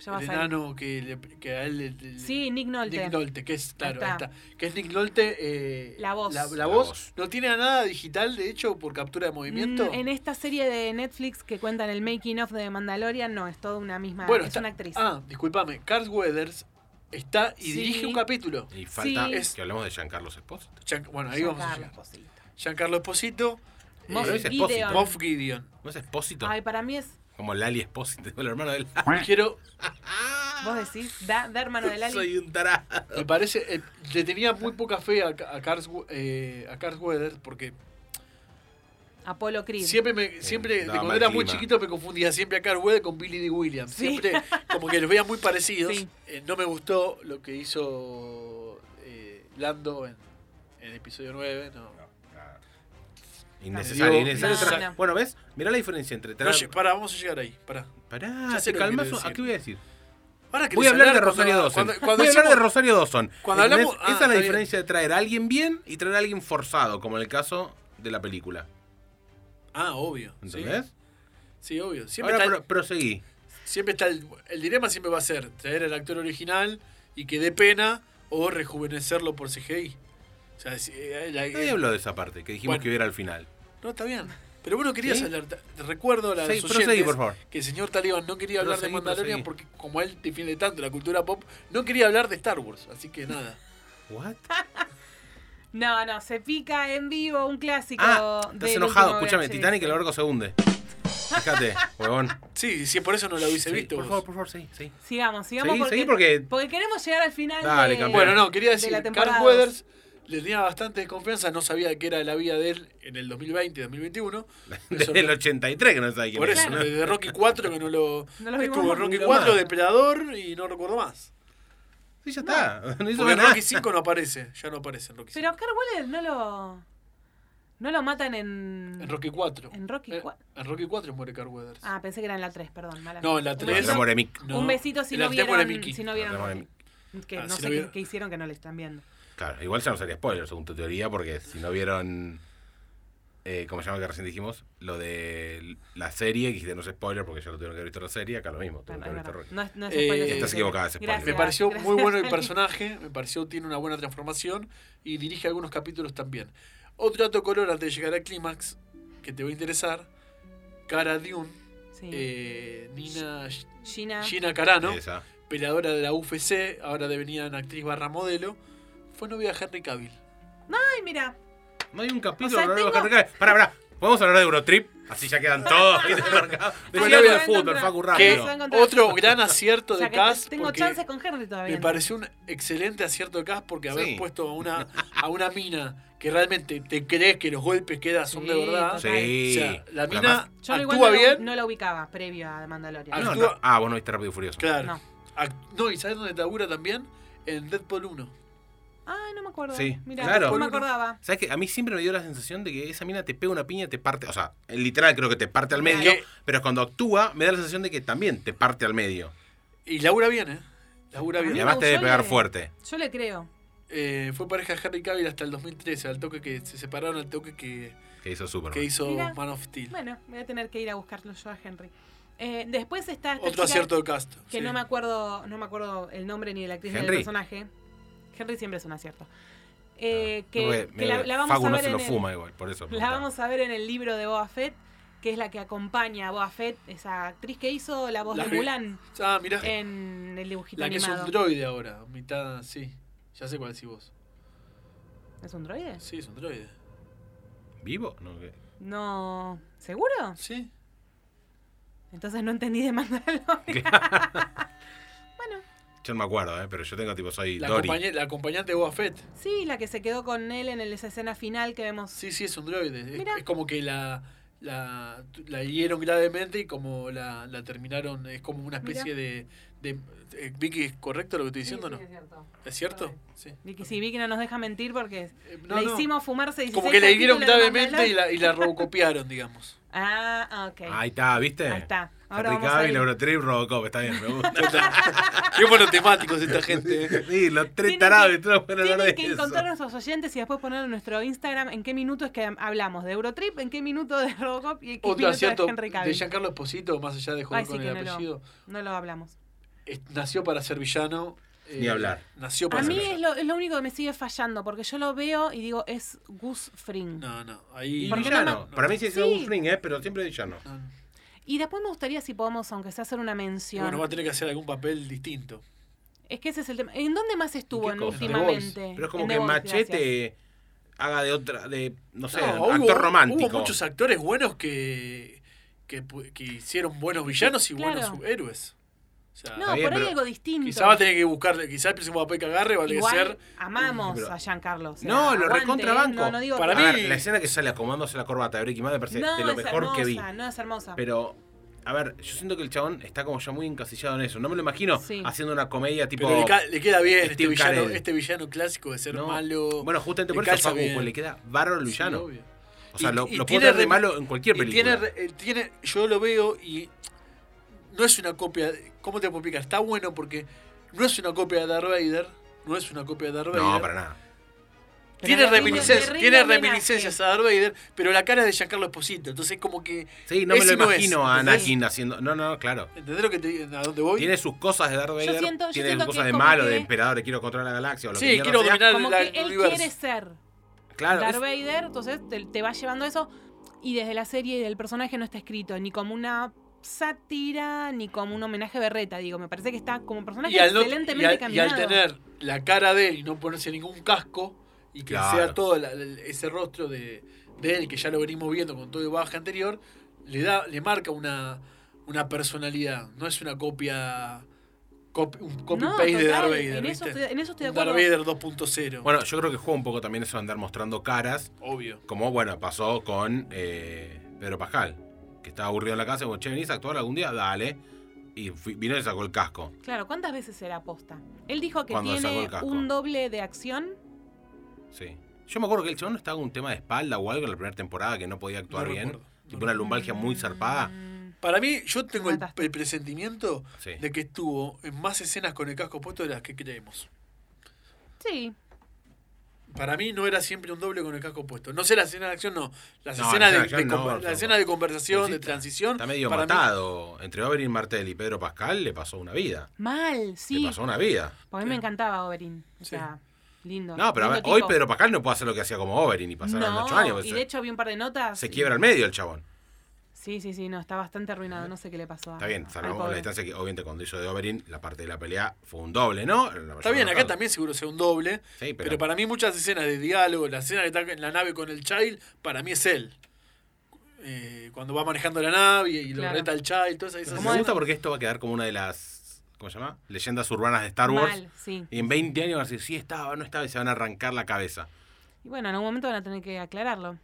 Ya vas el a ver. enano que, le- que a él... le- le- Sí, Nick Nolte. Nick Nolte, que es, claro, Ahí ahí está. está. que es Nick Nolte. eh, La voz. La, la La voz. voz. No tiene nada digital, de hecho, por captura de movimiento. Mm, En esta serie de Netflix que cuentan el making of de Mandalorian, no, es toda una misma. Bueno, es está- una actriz. Ah, discúlpame. Carl Weathers está y Sí. dirige un capítulo. Y falta Sí. que hablamos de Giancarlo Espósito. Gian- bueno, ahí Ya vamos a Carlos llegar. Eh, Posito. Giancarlo Esposito. eh, Moff pero ese es Gideon. Posito. Moff Gideon. ¿No es Espósito? Ay, para mí es. Como Lali Espósito, el hermano de Lali. Quiero, Vos decís, da, da hermano de Lali. Soy un tarado. me parece, eh, le tenía muy poca fe a, a, Carl, eh, a Carl Weathers porque Apolo Creed. Siempre, me, siempre daba de cuando mal era muy clima. chiquito me confundía siempre a Carl Weathers con Billy Dee Williams. Sí. Siempre como que los veía muy parecidos. Sí. Eh, no me gustó lo que hizo eh, Lando en, en el episodio 9. No. Innecesario, No, innecesario. no. Tra- Bueno, ¿ves? Mirá la diferencia entre No, traer. lle- pará, vamos a llegar ahí. Pará. Pará, Ya sé te lo que calmás quiero un- ¿A decir. qué voy a decir? Ahora que Voy a hablar de cuando- Rosario Dawson. cuando- cuando Voy a hablar de decimos- Rosario Dawson. Cuando ¿Entendés? hablamos- Esa ah, es la está diferencia de traer a alguien bien y traer a alguien forzado, como en el caso de la película. Ah, obvio. sí. ¿Entendés? Sí, obvio. Siempre Ahora está, el- pro- proseguí. siempre está el, el dilema siempre va a ser traer al actor original y que dé pena o rejuvenecerlo por CGI. O sea, si- eh, la- Nadie habló de esa parte que dijimos Bueno. que hubiera al final. No, está bien. Pero bueno, querías ¿Sí? hablar. Te recuerdo a la Sí, proseguí, por favor. que el señor Talibán no quería hablar Proseguí, de Mandalorian proseguí. porque, como él defiende tanto la cultura pop, no quería hablar de Star Wars. Así que nada. ¿What? No, no, se pica en vivo un clásico. Ah, estás del enojado. último Escúchame, VHS. Titanic, el barco se hunde. Fíjate, huevón. Sí, sí, por eso no lo hubiese Sí, visto. Por vos. favor, por favor, sí, sí. Sigamos, sigamos. Seguí, porque, seguí, porque- queremos llegar al final. Dale, de, campeón. Bueno, no, quería de decir, la temporada Carl dos. Weathers le tenía bastante desconfianza, no sabía de qué era la vida de él en el 2020, 2021. Eso Desde el no- 83 que no sabe quién por es. eso, desde Rocky 4 que no lo... No lo vimos estuvo más Rocky nunca 4, más. Depredador y no recuerdo más. Sí, ya está. No, hizo más Porque en nada. Rocky 5 no aparece, ya no aparece en Rocky 5. Pero Oscar Waller no lo. No lo matan en. En Rocky 4. En Rocky Eh, cua- En Rocky 4 muere Carl Weathers. Ah, pensé que era en la 3, perdón. Mala No, mía. en la Un tres. besito- Entramos en Emic. No, Un besito si el no actor muere vieron. Mickey. Si no Ah, vieron. tenemos a Mickey. Que Ah, no si sé no qué- vieron. qué hicieron que no le están viendo. Claro, igual ya no sería spoiler, según tu teoría, porque si no vieron, eh, como se llama que recién dijimos, lo de la serie, que dijiste no es spoiler porque ya lo tuvieron que haber visto la serie, acá lo mismo, tuvieron que Perdón, haber Ah, es visto verdad. Rocky. No es, no es Eh, spoiler, Estás sí. equivocada, es spoiler. Gracias, Me pareció muy gracias, bueno el Ali. personaje, me pareció tiene una buena transformación y dirige algunos capítulos también. Otro dato color antes de llegar al clímax que te va a interesar, Cara Dune, Sí. eh, Nina Gina. Gina Carano, Esa. peleadora de la UFC, ahora devenida en actriz barra modelo, fue novia de Henry Cavill. Ay, mira. No hay un capítulo O sea, para hablar de tengo- Pará, pará. ¿Podemos hablar de Eurotrip? Así ya quedan todos. marcados. Ahí Decía lo algo va de a fútbol, encontrar. Facu Ahí Que se rápido. va a encontrar. otro gran acierto O sea de que Cas. tengo porque chance con Henry todavía. Me pareció un excelente acierto de Cas porque haber Sí. puesto a una, a una mina que realmente te crees que los golpes que da son de Sí, verdad. total. O Sí. sea, la Además- mina Yo igual actúa no, la- bien. no la ubicaba previo a The Mandalorian. No, actúa- no. Ah, vos no viste Rápido y Furioso. Claro. No. Ac- No, y ¿sabes dónde labura también? En Deadpool 1. Ah, no me acuerdo. Sí, Mirá, claro. no me acordaba. ¿Sabes que A mí siempre me dio la sensación de que esa mina te pega una piña y te parte. O sea, en literal creo que te parte al medio. Que- Pero cuando actúa, me da la sensación de que también te parte al medio. Y labura bien, ¿eh? Labura Y mí bien. me además te debe gustó pegar la- fuerte. Yo le creo. Eh, fue pareja de Henry Cavill hasta el 2013, al toque que se separaron, al toque que, Que hizo Superman. que hizo Mirá. Man of Steel. Bueno, voy a tener que ir a buscarlo yo a Henry. Eh, después está esta Otro chica acierto de cast. que sí. no me acuerdo, no me acuerdo el nombre ni de la actriz ni del Henry. personaje. Henry siempre es un acierto. Eh, Ah. que Porque que me- la, la vamos Facu a no ver se lo en el- fuma igual, por eso. la preguntaba. vamos a ver en el libro de Boba Fett, que es la que acompaña a Boba Fett, esa actriz que hizo la voz La de que- Mulan Ah, mirá. en el dibujito La que es animado. un droide ahora, mitad, sí. Ya sé cuál decís vos. ¿Es un droide? Sí, es un droide. ¿Vivo? No, que- No. ¿Seguro? Sí. Entonces no entendí de Mandalorian. bueno, Yo no me acuerdo, ¿eh? pero yo tengo tipo, soy La, Dory. acompañe- la acompañante de Boba Fett. sí, la que se quedó con él en el- esa escena final que vemos. Sí, sí, es un droide. Es- Mirá. Es, como que la, la, la hirieron gravemente y como la, la terminaron, es como una especie de, de- eh, Vicky, ¿es correcto lo que estoy diciendo o no? ¿Es cierto? Sí. Vicky, sí, Vicky no nos deja mentir porque Eh, no, le no. hicimos fumarse 16 Como que la hirieron capítulos de gravemente y la, y la robocopiaron, digamos. Mandalorian. Ah, ok. Ahí está, ¿viste? Ahí está. Ahora Henry vamos a Cavill, ir. Eurotrip, Robocop. Está bien, me gusta. Total. Qué buenos temáticos esta gente. eh. sí, los tres Tienen tarados que- y todos van a hablar Tienen de que eso. encontrar a nuestros oyentes y después poner en nuestro Instagram en qué minuto es que hablamos de Eurotrip, en qué minuto de Robocop y en qué Otro minuto acierto de Henry de Cavill. Giancarlo Esposito, más allá de joder Ay, sí con que el no lo- apellido, No lo hablamos. es- nació para ser villano. eh, Ni hablar. Nació A para mí ser es lo, es lo único que me sigue fallando, porque yo lo veo y digo, es Gus Fring. No, no, ahí. Y ¿Por qué no villano. me- Para mí sí es Sí. un fling, ¿eh? pero siempre villano. No, no. Y después me gustaría si podemos, aunque sea hacer una Y mención. Bueno, va a tener que hacer algún papel distinto. Es que ese es el tema. ¿En dónde más estuvo ¿En qué en cosa? últimamente? Pero es como En que The Voice, gracias. Machete haga de otra, de, no sé, No, actor hubo, romántico. Hubo muchos actores buenos que, que, pu- que hicieron buenos villanos y Claro. buenos héroes. O sea, No, Está bien, por ahí pero algo distinto. quizá va a tener que buscarle, quizá el próximo papel que agarre va a tener que Igual ser. amamos Pero- a Giancarlo. o sea, no, lo aguante, recontrabanco. ¿eh? No, no digo Para A que- mí- ver, la escena que sale acomodándose la corbata de Breaking Bad me parece no, de lo es mejor que vi. hermosa, No, es hermosa. Pero, a ver, yo siento que el chabón está como ya muy encasillado en eso. No me lo imagino Sí. haciendo una comedia tipo. Pero le, ca- le queda bien este Steve villano, Carell. este villano clásico de ser no. malo. Bueno, justamente le por eso calza Facu, bien. pues, le queda bárbaro el Sí, villano. obvio. o sea, Y- lo, y lo puedo tiene ver re- de malo en cualquier Y película. tiene, re- eh, tiene, yo lo veo y no es una copia. ¿Cómo te puedo explicar? Está bueno porque no es una copia de Darth Vader. No es una copia de Darth Vader. no, para nada. Tiene Pero le rinde- reminiscencias, le rinde tiene homenaje. reminiscencias a Darth Vader, pero la cara es de Giancarlo Esposito. Entonces, como que. Sí, no me lo ese no es, imagino a ¿entendés? Anakin haciendo. No, no, claro. ¿Entendés lo que te, a dónde voy? Tiene sus cosas de Darth Vader, siento- yo tiene siento sus que es cosas de como malo, de que- emperador, de quiero controlar la galaxia o lo Sí, que mierda quiero sea. dominar como la- que el él universo. quiere ser Claro, es- Darth Vader, entonces te, te va llevando eso. Y desde la serie y del personaje no está escrito ni como una sátira ni como un homenaje berreta, digo. Me parece que está como personaje Y al, no- y excelentemente al- y al caminado. tener la cara de él y no ponerse ningún casco y que Claro. sea todo la- el- ese rostro de, de él que ya lo venimos viendo con todo el baja anterior, le da le marca una, una personalidad. No es una copia. cop- un copy No, paste de total, Darth Vader. en eso ¿viste? estoy- en eso estoy de Un Darth acuerdo. Vader 2.0. Bueno, yo creo que juega un poco también eso de andar mostrando caras, obvio. como bueno, pasó con eh, Pedro Pascal, que estaba aburrido en la casa, y dijo, che, venís a actuar algún día, dale. Y fui- vino y sacó el casco. Claro, ¿cuántas veces será aposta? Él dijo que Cuando sacó tiene el casco. un doble de acción. Sí. Yo me acuerdo que el chabón estaba con un tema de espalda o algo en la primera temporada que no podía actuar No bien. recuerdo, no tipo una lumbalgia muy zarpada. Mm, Para mí, yo tengo el, Mataste. el presentimiento Sí. de que estuvo en más escenas con el casco puesto de las que creemos. Sí, Para mí no era siempre un doble con el casco puesto. No sé la escena de acción, no. Las No, la escenas escena de de, acción de no, conver- por la favor. escena de conversación, de Necesita. transición. Está medio para mí- matado. Entre Oberyn Martel y Pedro Pascal le pasó una vida. mal, sí. Le pasó una vida. Porque a mí me encantaba Oberyn. O Sí. sea, lindo. No, pero a ver, lindo hoy tipo. Pedro Pascal no puede hacer lo que hacía como Oberyn y pasaron No, 8 años. porque Y se, de hecho vi un par de notas. se y- quiebra al medio el chabón. Sí, sí, sí, no, está bastante arruinado. No sé qué le pasó. a- Está bien, al salvamos la pobre. distancia que obviamente cuando hizo de Oberyn, la parte de la pelea fue un doble, ¿no? En la mayoría Está de bien, los acá casos. también seguro sea un doble. Sí, pero... pero- para mí muchas escenas de diálogo, la escena que está en la nave con el child, para mí es él. eh, cuando va manejando la nave y, y lo Claro. reta al Chai y todas esas. Me ¿Cómo esas- es? gusta porque esto va a quedar como una de las. ¿Cómo se llama? Leyendas urbanas de Star Wars. Mal, sí. Y en 20 años van a decir, sí estaba, no estaba, y se van a arrancar la cabeza. Y bueno, en algún momento van a tener que aclararlo.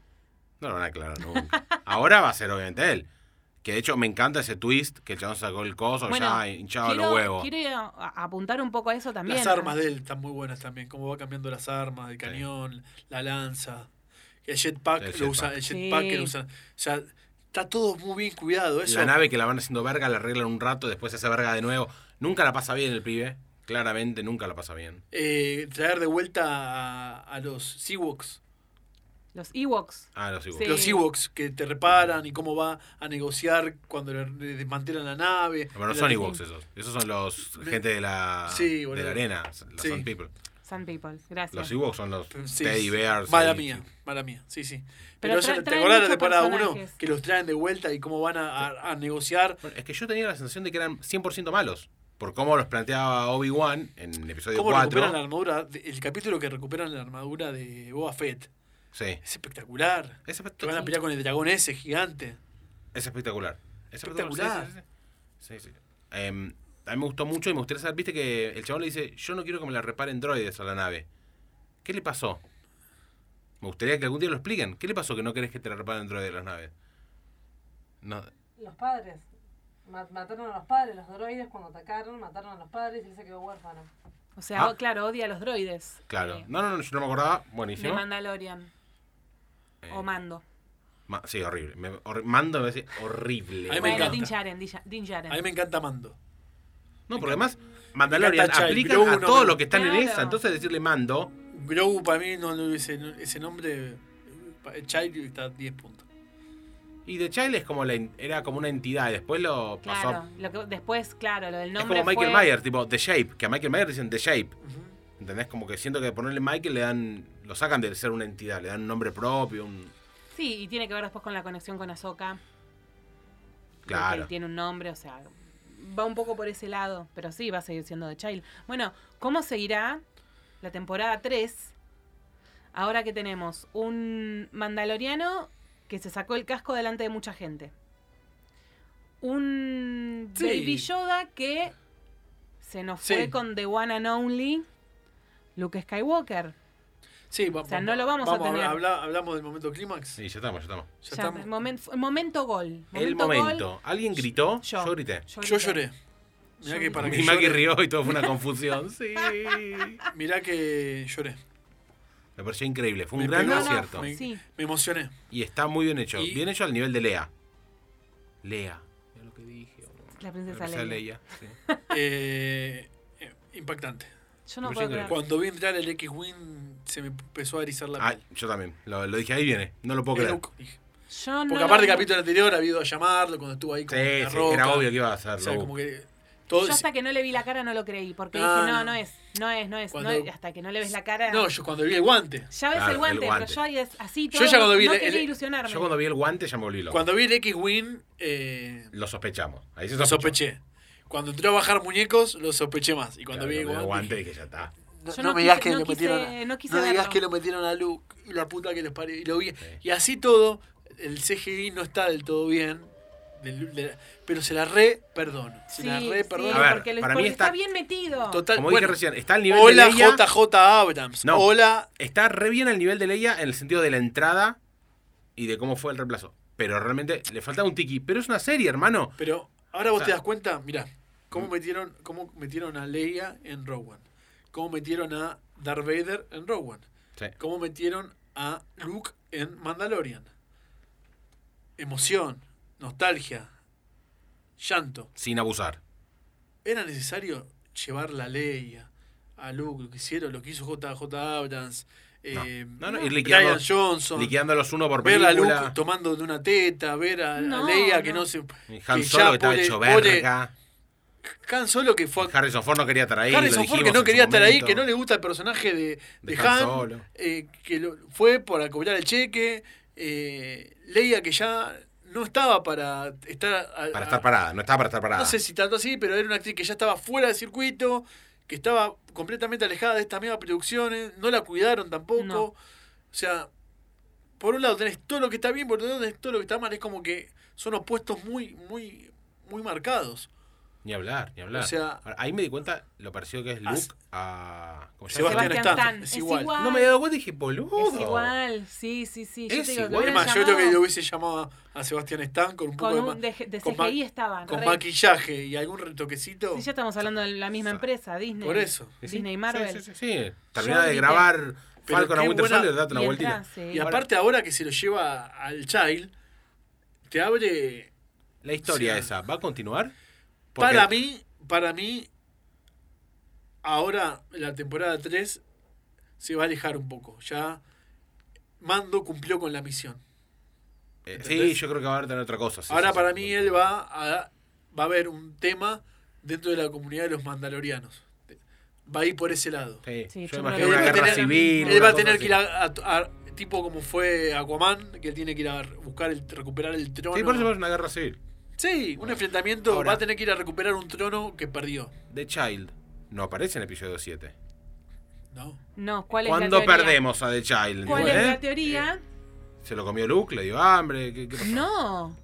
No lo van a aclarar nunca. Ahora va a ser obviamente él. Que de hecho me encanta ese twist que el chabón sacó el coso, que Bueno, ya hinchaba quiero, los huevos. quiero ir a- a apuntar un poco a eso también. Las armas de él están muy buenas también, cómo va cambiando las armas, el cañón, la lanza. El jetpack, El lo usa, jetpack. el Sí. jetpack que lo usa. O sea, está todo muy bien cuidado. Eso. La nave que la van haciendo verga, la arreglan un rato, después se hace verga de nuevo. Nunca la pasa bien el pibe. Claramente nunca la pasa bien. Eh, traer de vuelta a, a los Seawoks. Los Ewoks. Ah, no, sí. Sí. Los Ewoks que te reparan y cómo va a negociar cuando le, le desmantelan la nave. Bueno, no El son ati- Ewoks esos. Esos son los gente de la, Sí, de boludo. la arena. Los Sí. Sun People. Sun People. Los Gracias. Ewoks son los Sí, Teddy sí. Bears. Mala ahí, mía, sí. mala mía, sí, sí. Pero Pero, eso, tra- ¿te traen acordás de la muchos temporada 1? personajes. Que los traen de vuelta y cómo van a, a- a negociar. Bueno, es que yo tenía la sensación de que eran 100% malos. Por cómo los planteaba Obi-Wan en el episodio ¿Cómo 4. recuperan la armadura? de- El capítulo que recuperan la armadura de Boba Fett. Sí. Es espectacular. Es, espect- Te van a pelear con el dragón ese gigante. es espectacular. Es Espectacular. Sí, sí, sí. Sí, sí. Em, a mí me gustó mucho y me gustaría saber, viste que el chabón le dice, yo no quiero que me la reparen droides a la nave. ¿Qué le pasó? Me gustaría que algún día lo expliquen. ¿Qué le pasó que no querés que te la reparen droides a las naves? No, Los padres. Ma- Mataron a los padres, los droides cuando atacaron, mataron a los padres y él se quedó huérfano. O sea, Ah. o- claro, odia a los droides. claro. Eh, No, no, no, yo no me acordaba. de Buenísimo. Mandalorian. O Eh, Mando. ma- sí, horrible. Me, horri- mando me parece horrible. A mí me Bueno, encanta. Din Djarin, Din Dja- Din Djarin. A mí me encanta Mando. No, porque además Mandalorian encanta Child, aplica Grogu a no todo me- lo que están en Claro. esa. Entonces decirle mando... Grogu para mí no, no, ese, ese nombre. eh, pa- Child está a 10 puntos. Y The Child es como la, en- era como una entidad, y después lo pasó. a- Claro, lo que, después, claro, lo del es nombre. como Michael fue- Myers, tipo The Shape, que a Michael Myers dicen The Shape. ¿Entendés? Como que siento que ponerle Michael le dan. lo sacan de ser una entidad, le dan un nombre propio, un. Sí, y tiene que ver después con la conexión con Ahsoka. de Que Claro. él tiene un nombre, o sea, va un poco por ese lado, pero sí, va a seguir siendo The Child. Bueno, ¿cómo seguirá la temporada 3? Ahora que tenemos un mandaloriano que se sacó el casco delante de mucha gente. Un Sí. Baby Yoda que se nos Sí. fue con The One and Only Luke Skywalker. Sí, va- O sea, va- no lo vamos a tener. habla- hablamos del momento clímax. Sí, ya estamos, ya estamos. Ya Ya, estamos. momen- f- momento gol. el gol. momento. ¿Alguien gritó? Yo, grité. Yo grité. lloré. Mirá Yo que para Y mí. Maggie llore- Ah, rió y todo fue una confusión. Sí. Mirá que lloré. Me pareció increíble. Fue un Me gran pegó. acierto. Me, Sí. me emocioné. Y está muy bien hecho. Y- Bien hecho al nivel de Lea. Lea. Mira lo que dije. La princesa Leia. Eh, eh, impactante. Yo no Me puedo siento creer. Cuando vi entrar el X-Wing, se me empezó a erizar la Ah, piel. yo también. Lo, lo dije, ahí viene. No lo puedo El creer. Luke, dije. Yo no Porque lo- aparte, el capítulo anterior había ido a llamarlo cuando estuvo ahí con Sí, la sí, roca. era obvio que iba a O sea, hacerlo. como que. Todo Yo hasta que no le vi la cara no lo creí, porque No, dije, no, Ah, no. no es, no es, no es, no Cuando- es, hasta que no le ves la cara. No, yo cuando vi el guante. ya ves Claro, el, guante, el guante. pero ya es así Yo todo. ya cuando vi no el- quería el- ilusionarme. Yo cuando vi el guante ya me volví loco. Cuando vi el X-Wing, eh, Lo sospechamos. Ahí se lo sospechó. sospeché. Cuando entró a bajar muñecos, lo sospeché más. Y cuando Claro, vi el cuando vi el guante guante. dije, ya está. No, Yo no no me digas quise- que no lo quise- metieron a, no quise me digas verlo. que lo metieron a Luke y la puta que les parió y lo vi. Y así todo, el CGI no está del todo bien, del- de la- pero se la re perdono. Se sí, la re sí, perdono. A ver, porque, lo- para mí porque está... está- bien metido. Total, Como bueno, dije recién, está al nivel hola de Leia. JJ Abrams. No. Hola. Está re bien al nivel de Leia en el sentido de la entrada y de cómo fue el reemplazo. Pero realmente le falta un tiki. Pero es una serie, hermano. Pero ahora vos O sea- mm. te das cuenta, mirá, cómo metieron, cómo metieron a Leia en Rogue One. Cómo metieron a Darth Vader en Rogue One. Sí. Cómo metieron a Luke en Mandalorian. Emoción, nostalgia, llanto. Sin abusar. era necesario llevar la ley a- a Luke, lo que hicieron, lo que hizo JJ Abrams, No. eh, No, no, ir Brian liquidando, Johnson, liquidando los uno por ver a película. Luke tomando de una teta, ver a, a No, Leia que no. no se... Y que Han ya Solo que estaba pobre- hecho pobre verga. Han Solo que fue... a- Harrison Ford no quería estar ahí. Harrison lo Ford que dijimos no en quería su estar ahí, momento. que no le gusta el personaje de, de De Han Han, Solo. eh, que lo- fue para cobrar el cheque, eh, Leia que ya no estaba para estar... a- Para a- estar parada. No estaba para estar parada. No sé si tanto así, pero era una actriz que ya estaba fuera del circuito, que estaba completamente alejada de estas mismas producciones, no la cuidaron tampoco. No. O sea, por un lado tenés todo lo que está bien, por otro lado tenés todo lo que está mal. Es como que son opuestos muy, muy, muy marcados. Ni hablar, ni hablar. O sea- ahí me di cuenta lo parecido que es Luke As- a. ¿Cómo se llama? Sebastián, Sebastián Stan, Stan, es es igual. igual. No me había dado cuenta y dije, boludo. Es igual, sí, sí, sí. Yo Es te digo, igual. lo Es más, hubieran yo creo que yo llamado hubiese llamado a Sebastián Stan con un poco con un de, de, ma- de con CGI ma- estaban. con re- maquillaje y algún retoquecito. Sí, ya estamos hablando de la misma empresa, Disney. Por eso. Sí, sí. Disney y Sí, Marvel. Sí, sí, sí. Terminá de Yo grabar Pero Falcon a qué Winter buena- Soldier, date una Y vueltita. entrás, sí. Y aparte ahora que se lo lleva al Child, te abre... La historia Sí. esa, ¿va a continuar? Porque- eh, Para mí, para mí, ahora la temporada 3 se va a alejar un poco. Ya Mando cumplió con la misión. Eh, sí, ¿entendés? yo creo que va a tener otra cosa. sí, ahora sí, para sí. mí él va a, va a haber un tema dentro de la comunidad de los mandalorianos. Va a ir por ese lado. Sí, Sí, yo yo creo que imagino una va a guerra tener- civil. Él una va a cosa tener así. que ir a, a- a- tipo como fue Aquaman, que él tiene que ir a buscar el, recuperar el trono. Sí, por eso es una guerra civil. Sí, un enfrentamiento Ahora- va a tener que ir a recuperar un trono que perdió. The Child no aparece en episodio 7. ¿No? No, ¿cuál es la ¿Cuándo teoría? perdemos a The Child? ¿Cuál Digo, es ¿eh? la teoría? ¿Se lo comió Luke? ¿Le dio hambre? ¿Qué, qué pasó? No.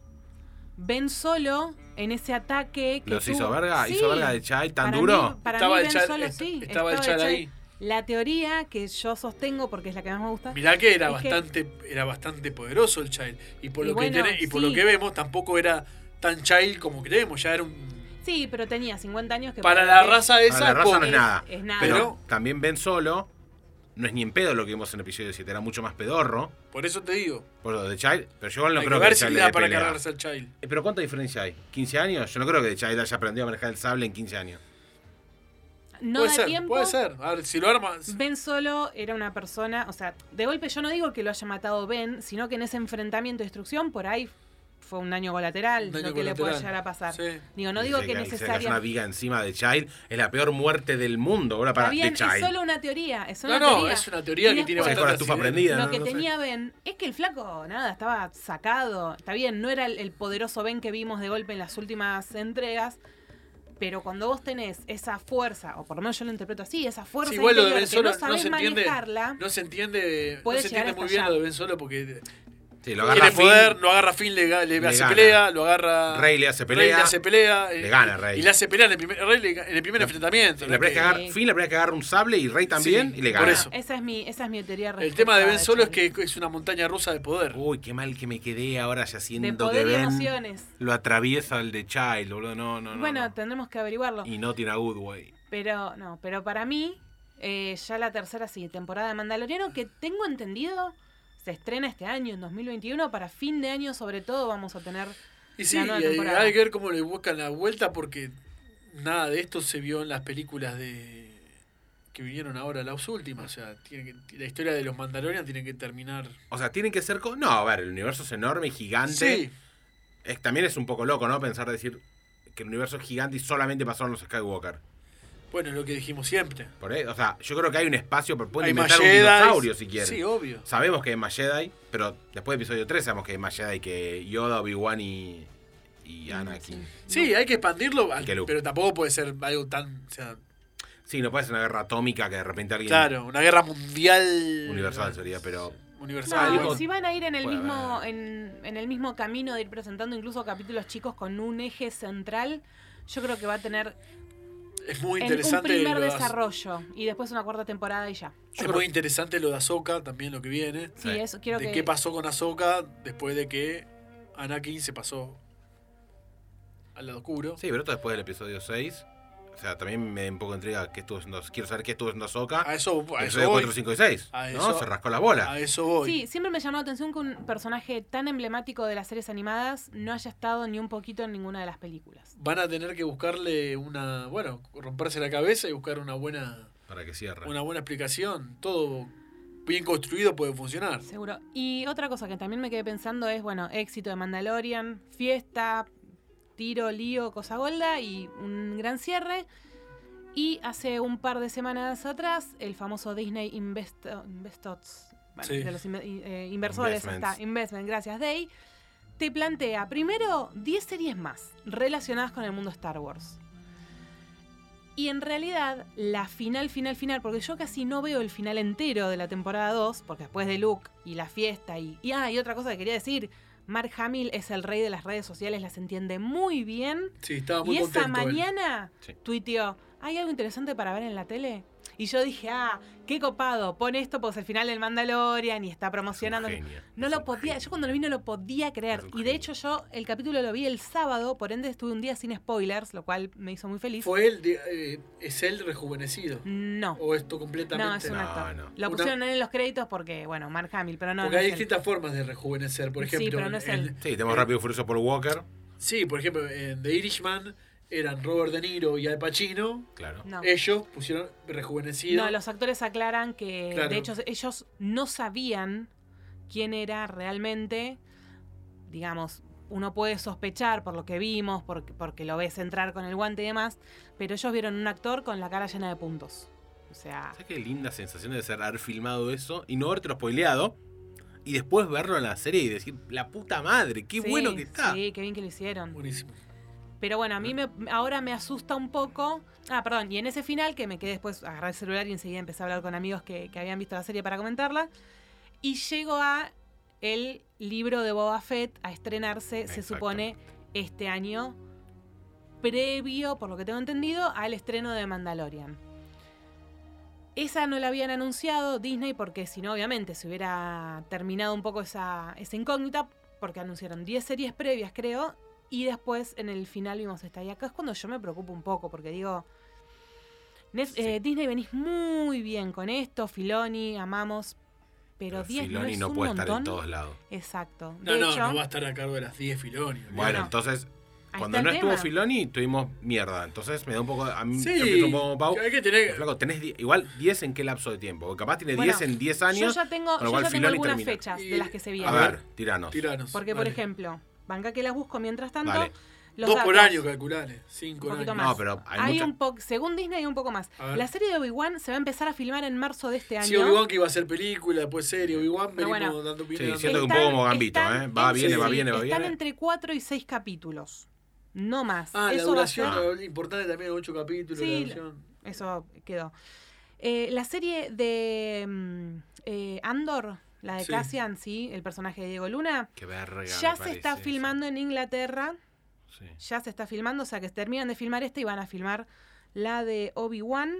Ben Solo en ese ataque que ¿Los tuvo- hizo verga? Sí. ¿Hizo verga de Child tan Para duro? mí- para Estaba mí el Ben Chad- Solo est- sí. estaba el estaba Chad Chad. ahí. La teoría que yo sostengo, porque es la que más me gusta, Mirá que era Es que- bastante, era bastante poderoso el Child. Y por Y lo bueno, que tenés- y por sí. lo que vemos, tampoco era tan Child como creemos, ya era un Sí, pero tenía 50 años que para la que- raza esa Para la raza no pobre. es nada. Es nada. Pero Pero- también Ben Solo no es ni en pedo lo que vimos en episodio 7. Era mucho más pedorro Por eso te digo. por lo de Child. Pero yo igual no hay creo que que, ver The si Child le le da dé para pelea. cargarse al Child. Eh, Pero ¿cuánta diferencia hay? ¿15 años? Yo no creo que The Child haya aprendido a manejar el sable en 15 años. no puede da ser, tiempo. puede ser. A ver, si lo armas. Ben solo era una persona, o sea, de golpe yo no digo que lo haya matado Ben, sino que en ese enfrentamiento de destrucción por ahí fue un daño colateral, Un daño lo que le puede colateral. llegar a pasar. Sí. Digo, no Y digo se que cae- se cae una necesariamente viga encima de Child. Es la peor muerte del mundo. Ahora para Está The bien, Child. es solo una teoría, es No, una no, teoría. es una teoría Y que tiene Se después- dejó la estufa Bastante prendida. Lo ¿no? que No sé. tenía Ben es que el flaco, nada, estaba sacado. Está bien, no era el, el poderoso Ben que vimos de golpe en las últimas entregas. Pero cuando vos tenés esa fuerza, o por lo menos yo lo interpreto así, esa fuerza Sí, igual lo de interior Ben que Solo no no, sabés se entiende. manejarla, No se entiende, no Puede se llegar entiende muy hasta bien allá. lo de Ben Solo porque Sí, lo tiene agarra Finn, poder, lo agarra Finn, le, ga- le Le hace gana. pelea, lo agarra. Rey le hace Rey pelea. le hace pelea. Le eh, gana Rey. Y le hace pelea en el primer, Rey le ga- en el primer enfrentamiento. La primera ¿no? vez que Que- agarra, Finn, la primera vez que agarra un sable y Rey también Sí, y le por gana. eso. ah, esa es mi, esa es mi teoría El respecto tema de a Ben Solo es Charlie. que es una montaña rusa de poder. Uy, qué mal que me quedé ahora ya de siendo que poder y Ben emociones. lo atraviesa el de Child, boludo. No, no, no. bueno, no. tendremos que averiguarlo. Y no tiene a Goodway. Pero no, pero para mí, eh, ya la tercera sí, temporada de Mandaloriano, que tengo entendido, se estrena este año, en 2021, para fin de año sobre todo vamos a tener... Y sí, la nueva y, eh, temporada. hay que ver cómo le buscan la vuelta porque nada de esto se vio en las películas de que vinieron ahora las últimas. O sea, tiene que- la historia de los Mandalorian tiene que terminar. O sea, tienen que ser. co- No, a ver, el universo es enorme y gigante. Sí, Es, también es un poco loco, ¿no? Pensar decir que el universo es gigante y solamente pasaron los Skywalker. bueno, lo que dijimos siempre. Por ahí- o sea, yo creo que hay un espacio para poder Hay inventar un Jedis. dinosaurio si quieren. Sí, obvio. Sabemos que hay más Jedi, pero después de episodio 3 sabemos que hay más Jedi que Yoda, Obi-Wan y, y Anakin. Mm, Sí, hay que expandirlo, al- Que lo- pero tampoco puede ser algo tan. O sea, Sí, no puede ser una guerra atómica que de repente alguien. claro, una guerra mundial. Universal sería, pero. No, Universal. Algo- y si van a ir en el Puede mismo haber. en, en el mismo camino de ir presentando incluso capítulos chicos con un eje central, yo creo que va a tener es muy en un interesante. primer lo de Az- desarrollo y después una cuarta temporada y ya. es muy interesante lo de Ahsoka también, lo que viene. Sí, Sí. eso quiero de que qué pasó con Ahsoka después de que Anakin se pasó al lado oscuro. Sí, pero esto después del episodio 6. O sea, también me da un poco de intriga que estuvo haciendo. Quiero saber qué estuvo haciendo Ahsoka. A eso, a episodio eso 4, voy. 5 y 6. A ¿No? eso- Se rascó la bola. A eso voy. Sí, siempre me llamó la atención que un personaje tan emblemático de las series animadas no haya estado ni un poquito en ninguna de las películas. Van a tener que buscarle una, bueno, romperse la cabeza y buscar una buena Para que cierre. una buena explicación, todo bien construido puede funcionar. Seguro. Y otra cosa que también me quedé pensando es, bueno, éxito de Mandalorian, fiesta, tiro, lío, cosa golda y un gran cierre. Y hace un par de semanas atrás, el famoso Disney Invest Investots, bueno, Sí. de los inve- in- eh, inversores, Investments. está, Investment, gracias Day, te plantea primero 10 series más relacionadas con el mundo Star Wars. Y en realidad, la final, final, final, porque yo casi no veo el final entero de la temporada 2, porque después de Luke y la fiesta y. Y, ah, y otra cosa que quería decir: Mark Hamill es el rey de las redes sociales, las entiende muy bien. Sí, estaba muy Y esa contento. él. mañana Sí. tuiteó, ¿hay algo interesante para ver en la tele? Y yo dije, ah, qué copado, pon esto pues el final del Mandalorian y está promocionando. genio, No es lo un podía, genio. yo cuando lo vi no lo podía creer. Es un Y de genio. hecho yo el capítulo lo vi el sábado, por ende estuve un día sin spoilers, lo cual me hizo muy feliz. Fue él, di- eh, es él rejuvenecido. No, O no, esto es completamente. un No, actor. no. Lo Una- pusieron en los créditos porque, bueno, Mark Hamill, pero no. Porque no hay es él. distintas formas de rejuvenecer. Por Sí, ejemplo, pero no es en- él. Sí, tenemos rápido y furioso por Walker. sí, por ejemplo, en The Irishman eran Robert De Niro y Al Pacino. Claro. No. Ellos pusieron rejuvenecido. No, los actores aclaran que Claro. de hecho ellos no sabían quién era realmente, digamos, uno puede sospechar por lo que vimos, porque, porque lo ves entrar con el guante y demás, pero ellos vieron un actor con la cara llena de puntos. O sea, ¿Sabes qué linda sensación de ser haber filmado eso y no habértelo spoileado? Y después verlo en la serie y decir, la puta madre, qué sí, bueno que está. Sí, qué bien que lo hicieron. Buenísimo. Pero bueno, a mí me- ahora me asusta un poco. Ah, perdón, y en ese final que me quedé después, agarré el celular y enseguida empecé a hablar con amigos que, que habían visto la serie para comentarla. Y llego a el libro de Boba Fett a estrenarse, se Exacto. supone, este año, previo, por lo que tengo entendido, al estreno de Mandalorian. Esa no la habían anunciado Disney porque si no, obviamente, se hubiera terminado un poco esa, esa incógnita porque anunciaron 10 series previas, creo, y después en el final vimos esta. Y acá es cuando yo me preocupo un poco porque digo, Nef- Sí. eh, Disney venís muy bien con esto, Filoni, amamos, pero 10 no Filoni es no un puede montón. estar en todos lados. Exacto. No, de no, hecho, no va a estar a cargo de las 10 Filoni. olvidate. Bueno, no. entonces, ahí está cuando el no estuvo tema. Filoni, tuvimos mierda. Entonces me da un poco. A mí, yo Sí, pienso un poco como Pau. hay que tener. Flaco, tenés die- igual 10 en qué lapso de tiempo. Porque capaz tiene Bueno, 10 en 10 años. Yo ya tengo, con lo yo cual ya tengo Filoni algunas termina. fechas Y- de las que se A vienen. ver, tiranos. Tiranos. Porque, por dale. ejemplo, banca que las busco mientras tanto. Dale. los Dos por datos. año calculale. Un Cinco por año. poquito No, más. pero hay Hay mucha- un poco, según Disney hay un poco más. A ver. La serie de Obi-Wan se va a empezar a filmar en marzo de este año. Si Obi-Wan que iba a ser película, después serie, Obi-Wan, Pero venimos bueno. dando Sí, viene dando- siento que un poco como Gambito, ¿eh? Va, en- viene, va, viene, va, Están viene. entre 4 y 6 capítulos. No más. Ah, la Eso va a ser- duración, lo importante también, ocho capítulos. Sí, la duración. Eso quedó. Eh, la serie de mm, eh, Andor, la de Sí. Cassian, sí, el personaje de Diego Luna, Qué verga. me ya se está parece eso. filmando en Inglaterra. Sí. Ya se está filmando, o sea que terminan de filmar esta y van a filmar la de Obi-Wan.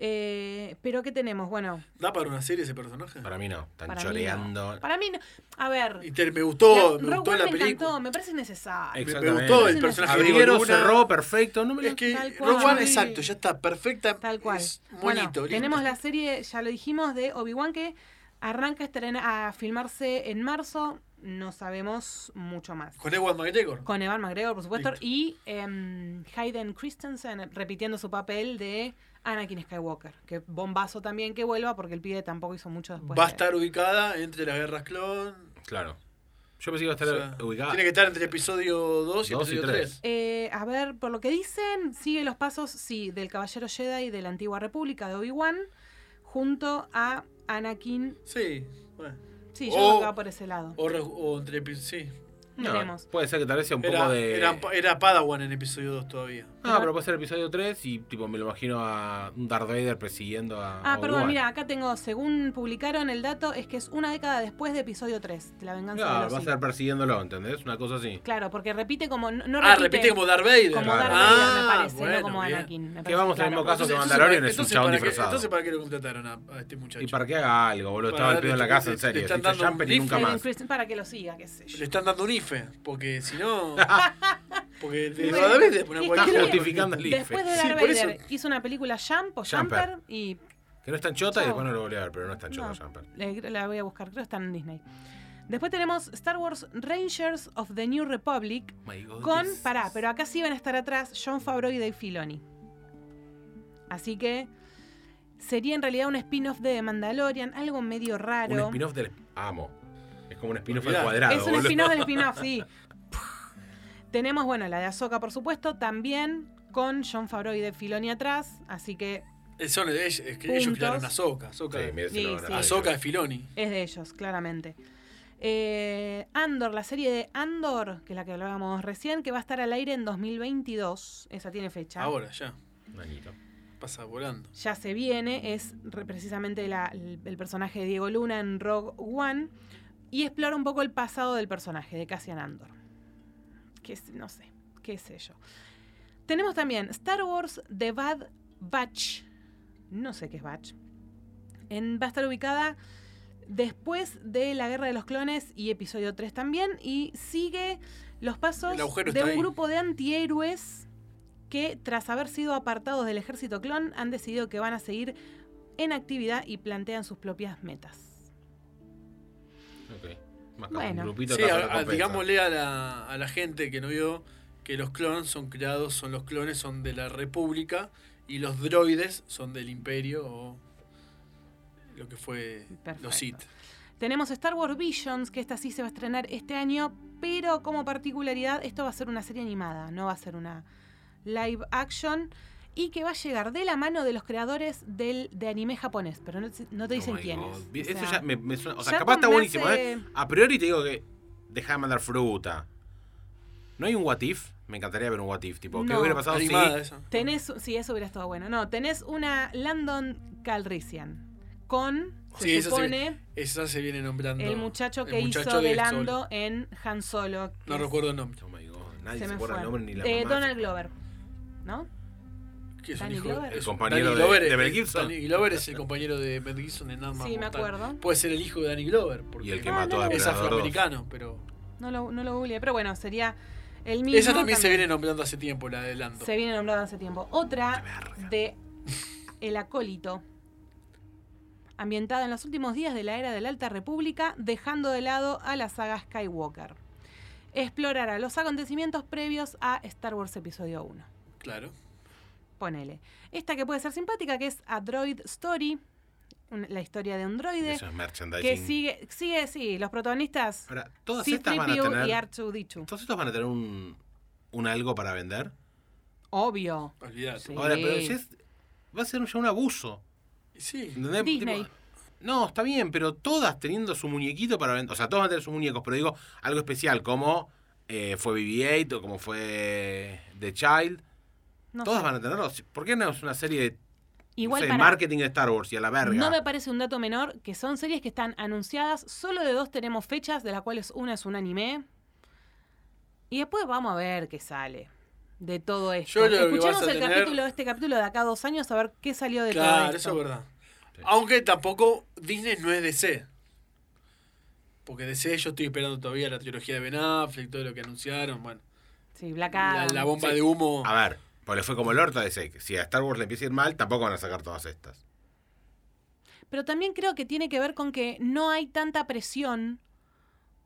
Eh, pero ¿qué tenemos? Bueno, ¿Da para una serie ese personaje? Para mí no. Están para mí no. choreando. Para mí, no. a ver, Y te- me la- gustó, me Rogue gustó One la me encantó, película. me parece innecesario. Me, Exactamente. me gustó el Es personaje de Abrieron, Luna. cerró, perfecto. No me Es lo- que Tal cual. Rogue One, Sí. exacto, ya está perfecta. Tal cual. Es bueno, bonito, lindo. tenemos la serie, ya lo dijimos, de Obi-Wan que arranca a, estrena- a filmarse en marzo. No sabemos mucho más. Con Ewan McGregor. Con Evan McGregor, por supuesto, Listo. y em, Hayden Christensen repitiendo su papel de Anakin Skywalker. Que bombazo también que vuelva porque el pibe tampoco hizo mucho después. Va a de- estar ubicada entre las guerras clon. Claro. Yo pensé que iba a o estar sea, ubicada. tiene que estar entre episodio 2 y Dos y episodio tres. 3. Eh, a ver, por lo que dicen, sigue los pasos, sí, del Caballero Jedi de la Antigua República de Obi-Wan junto a Anakin. Sí, bueno. Sí, yo O- creo que va por ese lado. O, re- o entre epi- sí. No, Veremos. puede ser que tal vez sea un Era, poco de. era, era Padawan en episodio 2 todavía. Ah, pero puede ser episodio 3 y tipo me lo imagino a un Darth Vader persiguiendo a. Ah, a perdón, Obi-Wan. mira, acá tengo, según publicaron el dato, es que es una década después de episodio 3, de la venganza Claro, de va a los estar Sith. persiguiéndolo, ¿entendés? Una cosa así. Claro, porque repite como. No, no ah, repite como Darth Vader. como Claro. Darth Vader, me Ah, parece, bueno, no como bien. Anakin. me Que parece, vamos al claro. mismo caso. Entonces, que entonces, Mandalorian para- es un entonces, chabón para qué- disfrazado. Entonces, ¿para qué lo contrataron a, a este muchacho? Y para que haga algo, boludo. Para Estaba el darle pedo en la chance, casa, le- en serio. le están Estoy dando Jumper y un nunca Hayden más. Christensen, para que lo siga, qué sé yo. Le están dando un IFE, porque si no. porque de Bueno, Darth Vader es ponen que cualquiera. está justificando el IFE. Después de Sí, Darth por Vader, eso. hizo una película Jump o Jumper. Jumper y Que no es tan chota y Chao. después no lo volví a ver, pero no es tan chota No, Jumper. le- la voy a buscar, creo que está en Disney. Después tenemos Star Wars Rangers of the New Republic Oh My God, con, this- pará, pero acá sí van a estar atrás John Favreau y Dave Filoni. Así que sería en realidad un spin-off de The Mandalorian, algo medio Un raro. spin-off del. Amo. Es como un spin-off al Olvidá. cuadrado. es un boludo. spin-off del spin-off, sí. Tenemos, bueno, la de Ahsoka, por supuesto, también con John Favreau y Dave Filoni atrás, así que Eh, Son de ellos, es que ellos Puntos. crearon a Soca. Soca Sí, mira, se lo Sí, van a- sí. Ah, de Filoni. Es de ellos, claramente. Eh, Andor, la serie de Ah, Andor, que es la que hablábamos recién, que va a estar al aire en 2022. Esa tiene fecha. Ahora, ya. Un añito. Pasa volando. ya se viene, es re- precisamente la- el, el personaje de Diego Luna en Rogue One, y explora un poco el pasado del personaje, de Cassian Andor. Que es- no sé, qué sé yo. Tenemos también Star Wars The Bad Batch. No sé qué es Batch. En- va a estar ubicada después de la Guerra de los Clones y episodio 3 también. Y sigue los pasos El agujero de está un ahí. grupo de antihéroes que tras haber sido apartados del ejército clon han decidido que van a seguir en actividad y plantean sus propias metas. Ok. Más Bueno. un grupito Sí, capaz a- a- recompensa. digámosle a la, a la gente que no vio que los clones son creados, son los clones son de la República y los droides son del Imperio o lo que fue Perfecto. los Sith. Tenemos Star Wars Visions, que esta sí se va a estrenar este año, pero como particularidad, esto va a ser una serie animada, no va a ser una live action, y que va a llegar de la mano de los creadores del, de anime japonés, pero no, no te Oh dicen my quién God. es. O Eso sea, ya me, me suena. O sea, ya capaz está convence- buenísimo, ¿eh? A priori te digo que deja de mandar fruta. ¿No hay un what if? Me encantaría ver un what if. Tipo, ¿qué No. hubiera pasado si Animada esa. Tenés, sí, eso hubiera estado bueno. No, tenés una Landon Calrissian con, se Sí, eso sí. supone, Esa se viene nombrando. el muchacho que el muchacho hizo de Sol. Lando en Han Solo. que No es- recuerdo el nombre. Oh my god, nadie se se, me acuerda fue. el nombre ni la Eh, mamá. Donald Glover, ¿no? Que es un Danny hijo- Glover. El es- compañero Danny de- Glover de es- Mel Gibson. Danny Glover es el compañero de Mel Gibson en Armas Sí, me Mortales. acuerdo. Puede ser el hijo de Danny Glover. Porque Y el que Ah, mató no, a no. es Predator dos. afroamericano, pero. No lo, no lo googleé, pero bueno, sería el mismo. Esa también se viene nombrando hace tiempo, la de Lando. Se viene nombrada hace tiempo. Otra de El Acólito, ambientada en los últimos días de la era de la Alta República, dejando de lado a la saga Skywalker. Explorará los acontecimientos previos a Star Wars Episodio 1. Claro. Ponele. Esta que puede ser simpática, que es A Droid Story, un- la historia de un droide, Eso es que merchandising. sigue, sigue, sí, los protagonistas, Ahora, todas estas van a C-3PO y tener. R2-D2. Todos estos van a tener un, un algo para vender. Obvio. Olvidate. Sí. Ahora, pero si es- va a ser ya un abuso. Sí. ¿entendés? Disney. Tipo, no, está bien, pero todas teniendo su muñequito para vender. O sea, todas van a tener sus muñecos, pero digo algo especial, como eh, fue BB-8 o como fue The Child. No todas sé. van a tenerlo. ¿Por qué no es una serie de, Igual no sé, de para- marketing de Star Wars y a la verga? No me parece un dato menor que son series que están anunciadas, solo de dos tenemos fechas, de las cuales una es un anime. Y después vamos a ver qué sale de todo esto. Yo creo que Escuchemos vas a el tener- capítulo, este capítulo de acá a dos años, a ver qué salió de todo Claro, esto. eso es verdad. Aunque tampoco Disney no es DC. Porque DC yo estoy esperando todavía la trilogía de Ben Affleck, todo lo que anunciaron. Bueno, Sí, Black la, Adam. la bomba Sí. de humo. A ver, pues le fue como el orto de Sek. Si a Star Wars le empieza a ir mal, tampoco van a sacar todas estas. Pero también creo que tiene que ver con que no hay tanta presión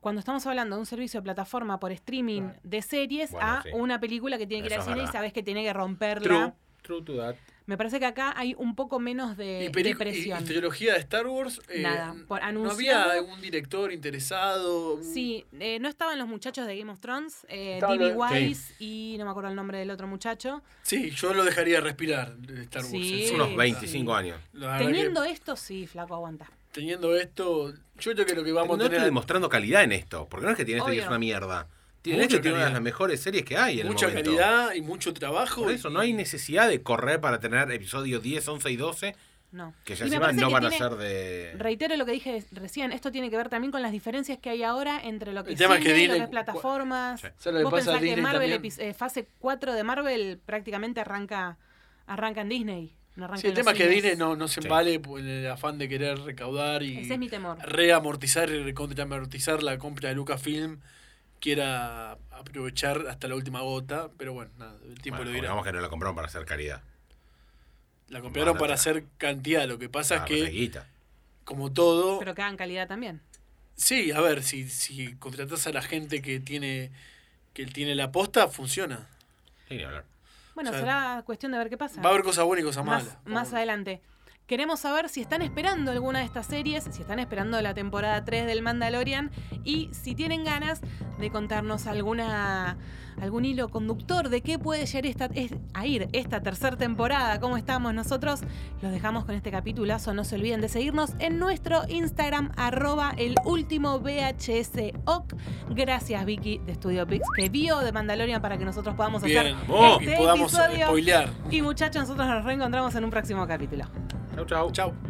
cuando estamos hablando de un servicio de plataforma por streaming de series Bueno, a sí. una película que tiene que ir al Eso es cine y verdad. sabes que tiene que romperla. True to that. Me parece que acá hay un poco menos de, y, peli- de presión. y- y trilogía de Star Wars. eh, Eh, Nada, por ¿No anunciado. había algún director interesado? Un- Sí, eh, no estaban los muchachos de Game of Thrones, eh, Estaba D.B. lo- Wise y no me acuerdo el nombre del otro muchacho. Sí, yo lo dejaría respirar, de Star Wars. Sí. en Es sí. unos 25 años. La verdad que Teniendo e-, esto, sí, flaco, aguanta. teniendo esto, yo creo que lo que vamos no a estoy tener demostrando calidad en esto. Porque no es que tiene esto y Obvio. es una mierda. Tiene esto Mucha y tiene una de calidad. las mejores series que hay en mucha el momento. calidad y mucho trabajo. Por eso no hay necesidad de correr para tener episodios 10, 11 y 12, No. que ya Y me encima parece no que van tiene- a ser de... Reitero lo que dije recién, esto tiene que ver también con las diferencias que hay ahora entre lo que, El tema es cine, que lo que Disney- es plataformas. Sí. ¿Sabes lo que Vos pasa a pensás que Disney Marvel, también? epi- eh, fase 4 de Marvel prácticamente arranca, arranca en Disney. No arranca Sí, el en los tema es que cines. Disney no, no se Sí. vale por el afán de querer recaudar y Ese es mi temor. reamortizar y recontramortizar la compra de Lucasfilm. Quiera aprovechar hasta la última gota, pero bueno, nada, el tiempo Bueno, lo dirá. digamos que no la compraron para hacer caridad. La compraron Barata. para hacer cantidad. Lo que pasa para es que, hacer guita. como todo, Pero que hagan calidad también. Sí, a ver, si, si contratas a la gente que tiene que tiene la posta, funciona. Sí, ni hablar. Bueno, O sea, será cuestión de ver qué pasa. Va a haber cosas buenas y cosas más, malas. más adelante. Queremos saber si están esperando alguna de estas series, si están esperando la temporada 3 del Mandalorian y si tienen ganas de contarnos alguna algún hilo conductor de qué puede llegar esta, es- a ir esta tercera temporada, cómo estamos nosotros. Los dejamos con este capitulazo. No se olviden de seguirnos en nuestro Instagram, arroba el último VHS OC. Gracias, Vicky de Studio Pix, que vio de Mandalorian para que nosotros podamos Bien, hacer vos, este y podamos episodio. spoilear. Y muchachos, nosotros nos reencontramos en un próximo capítulo. Chau, chau. Chau.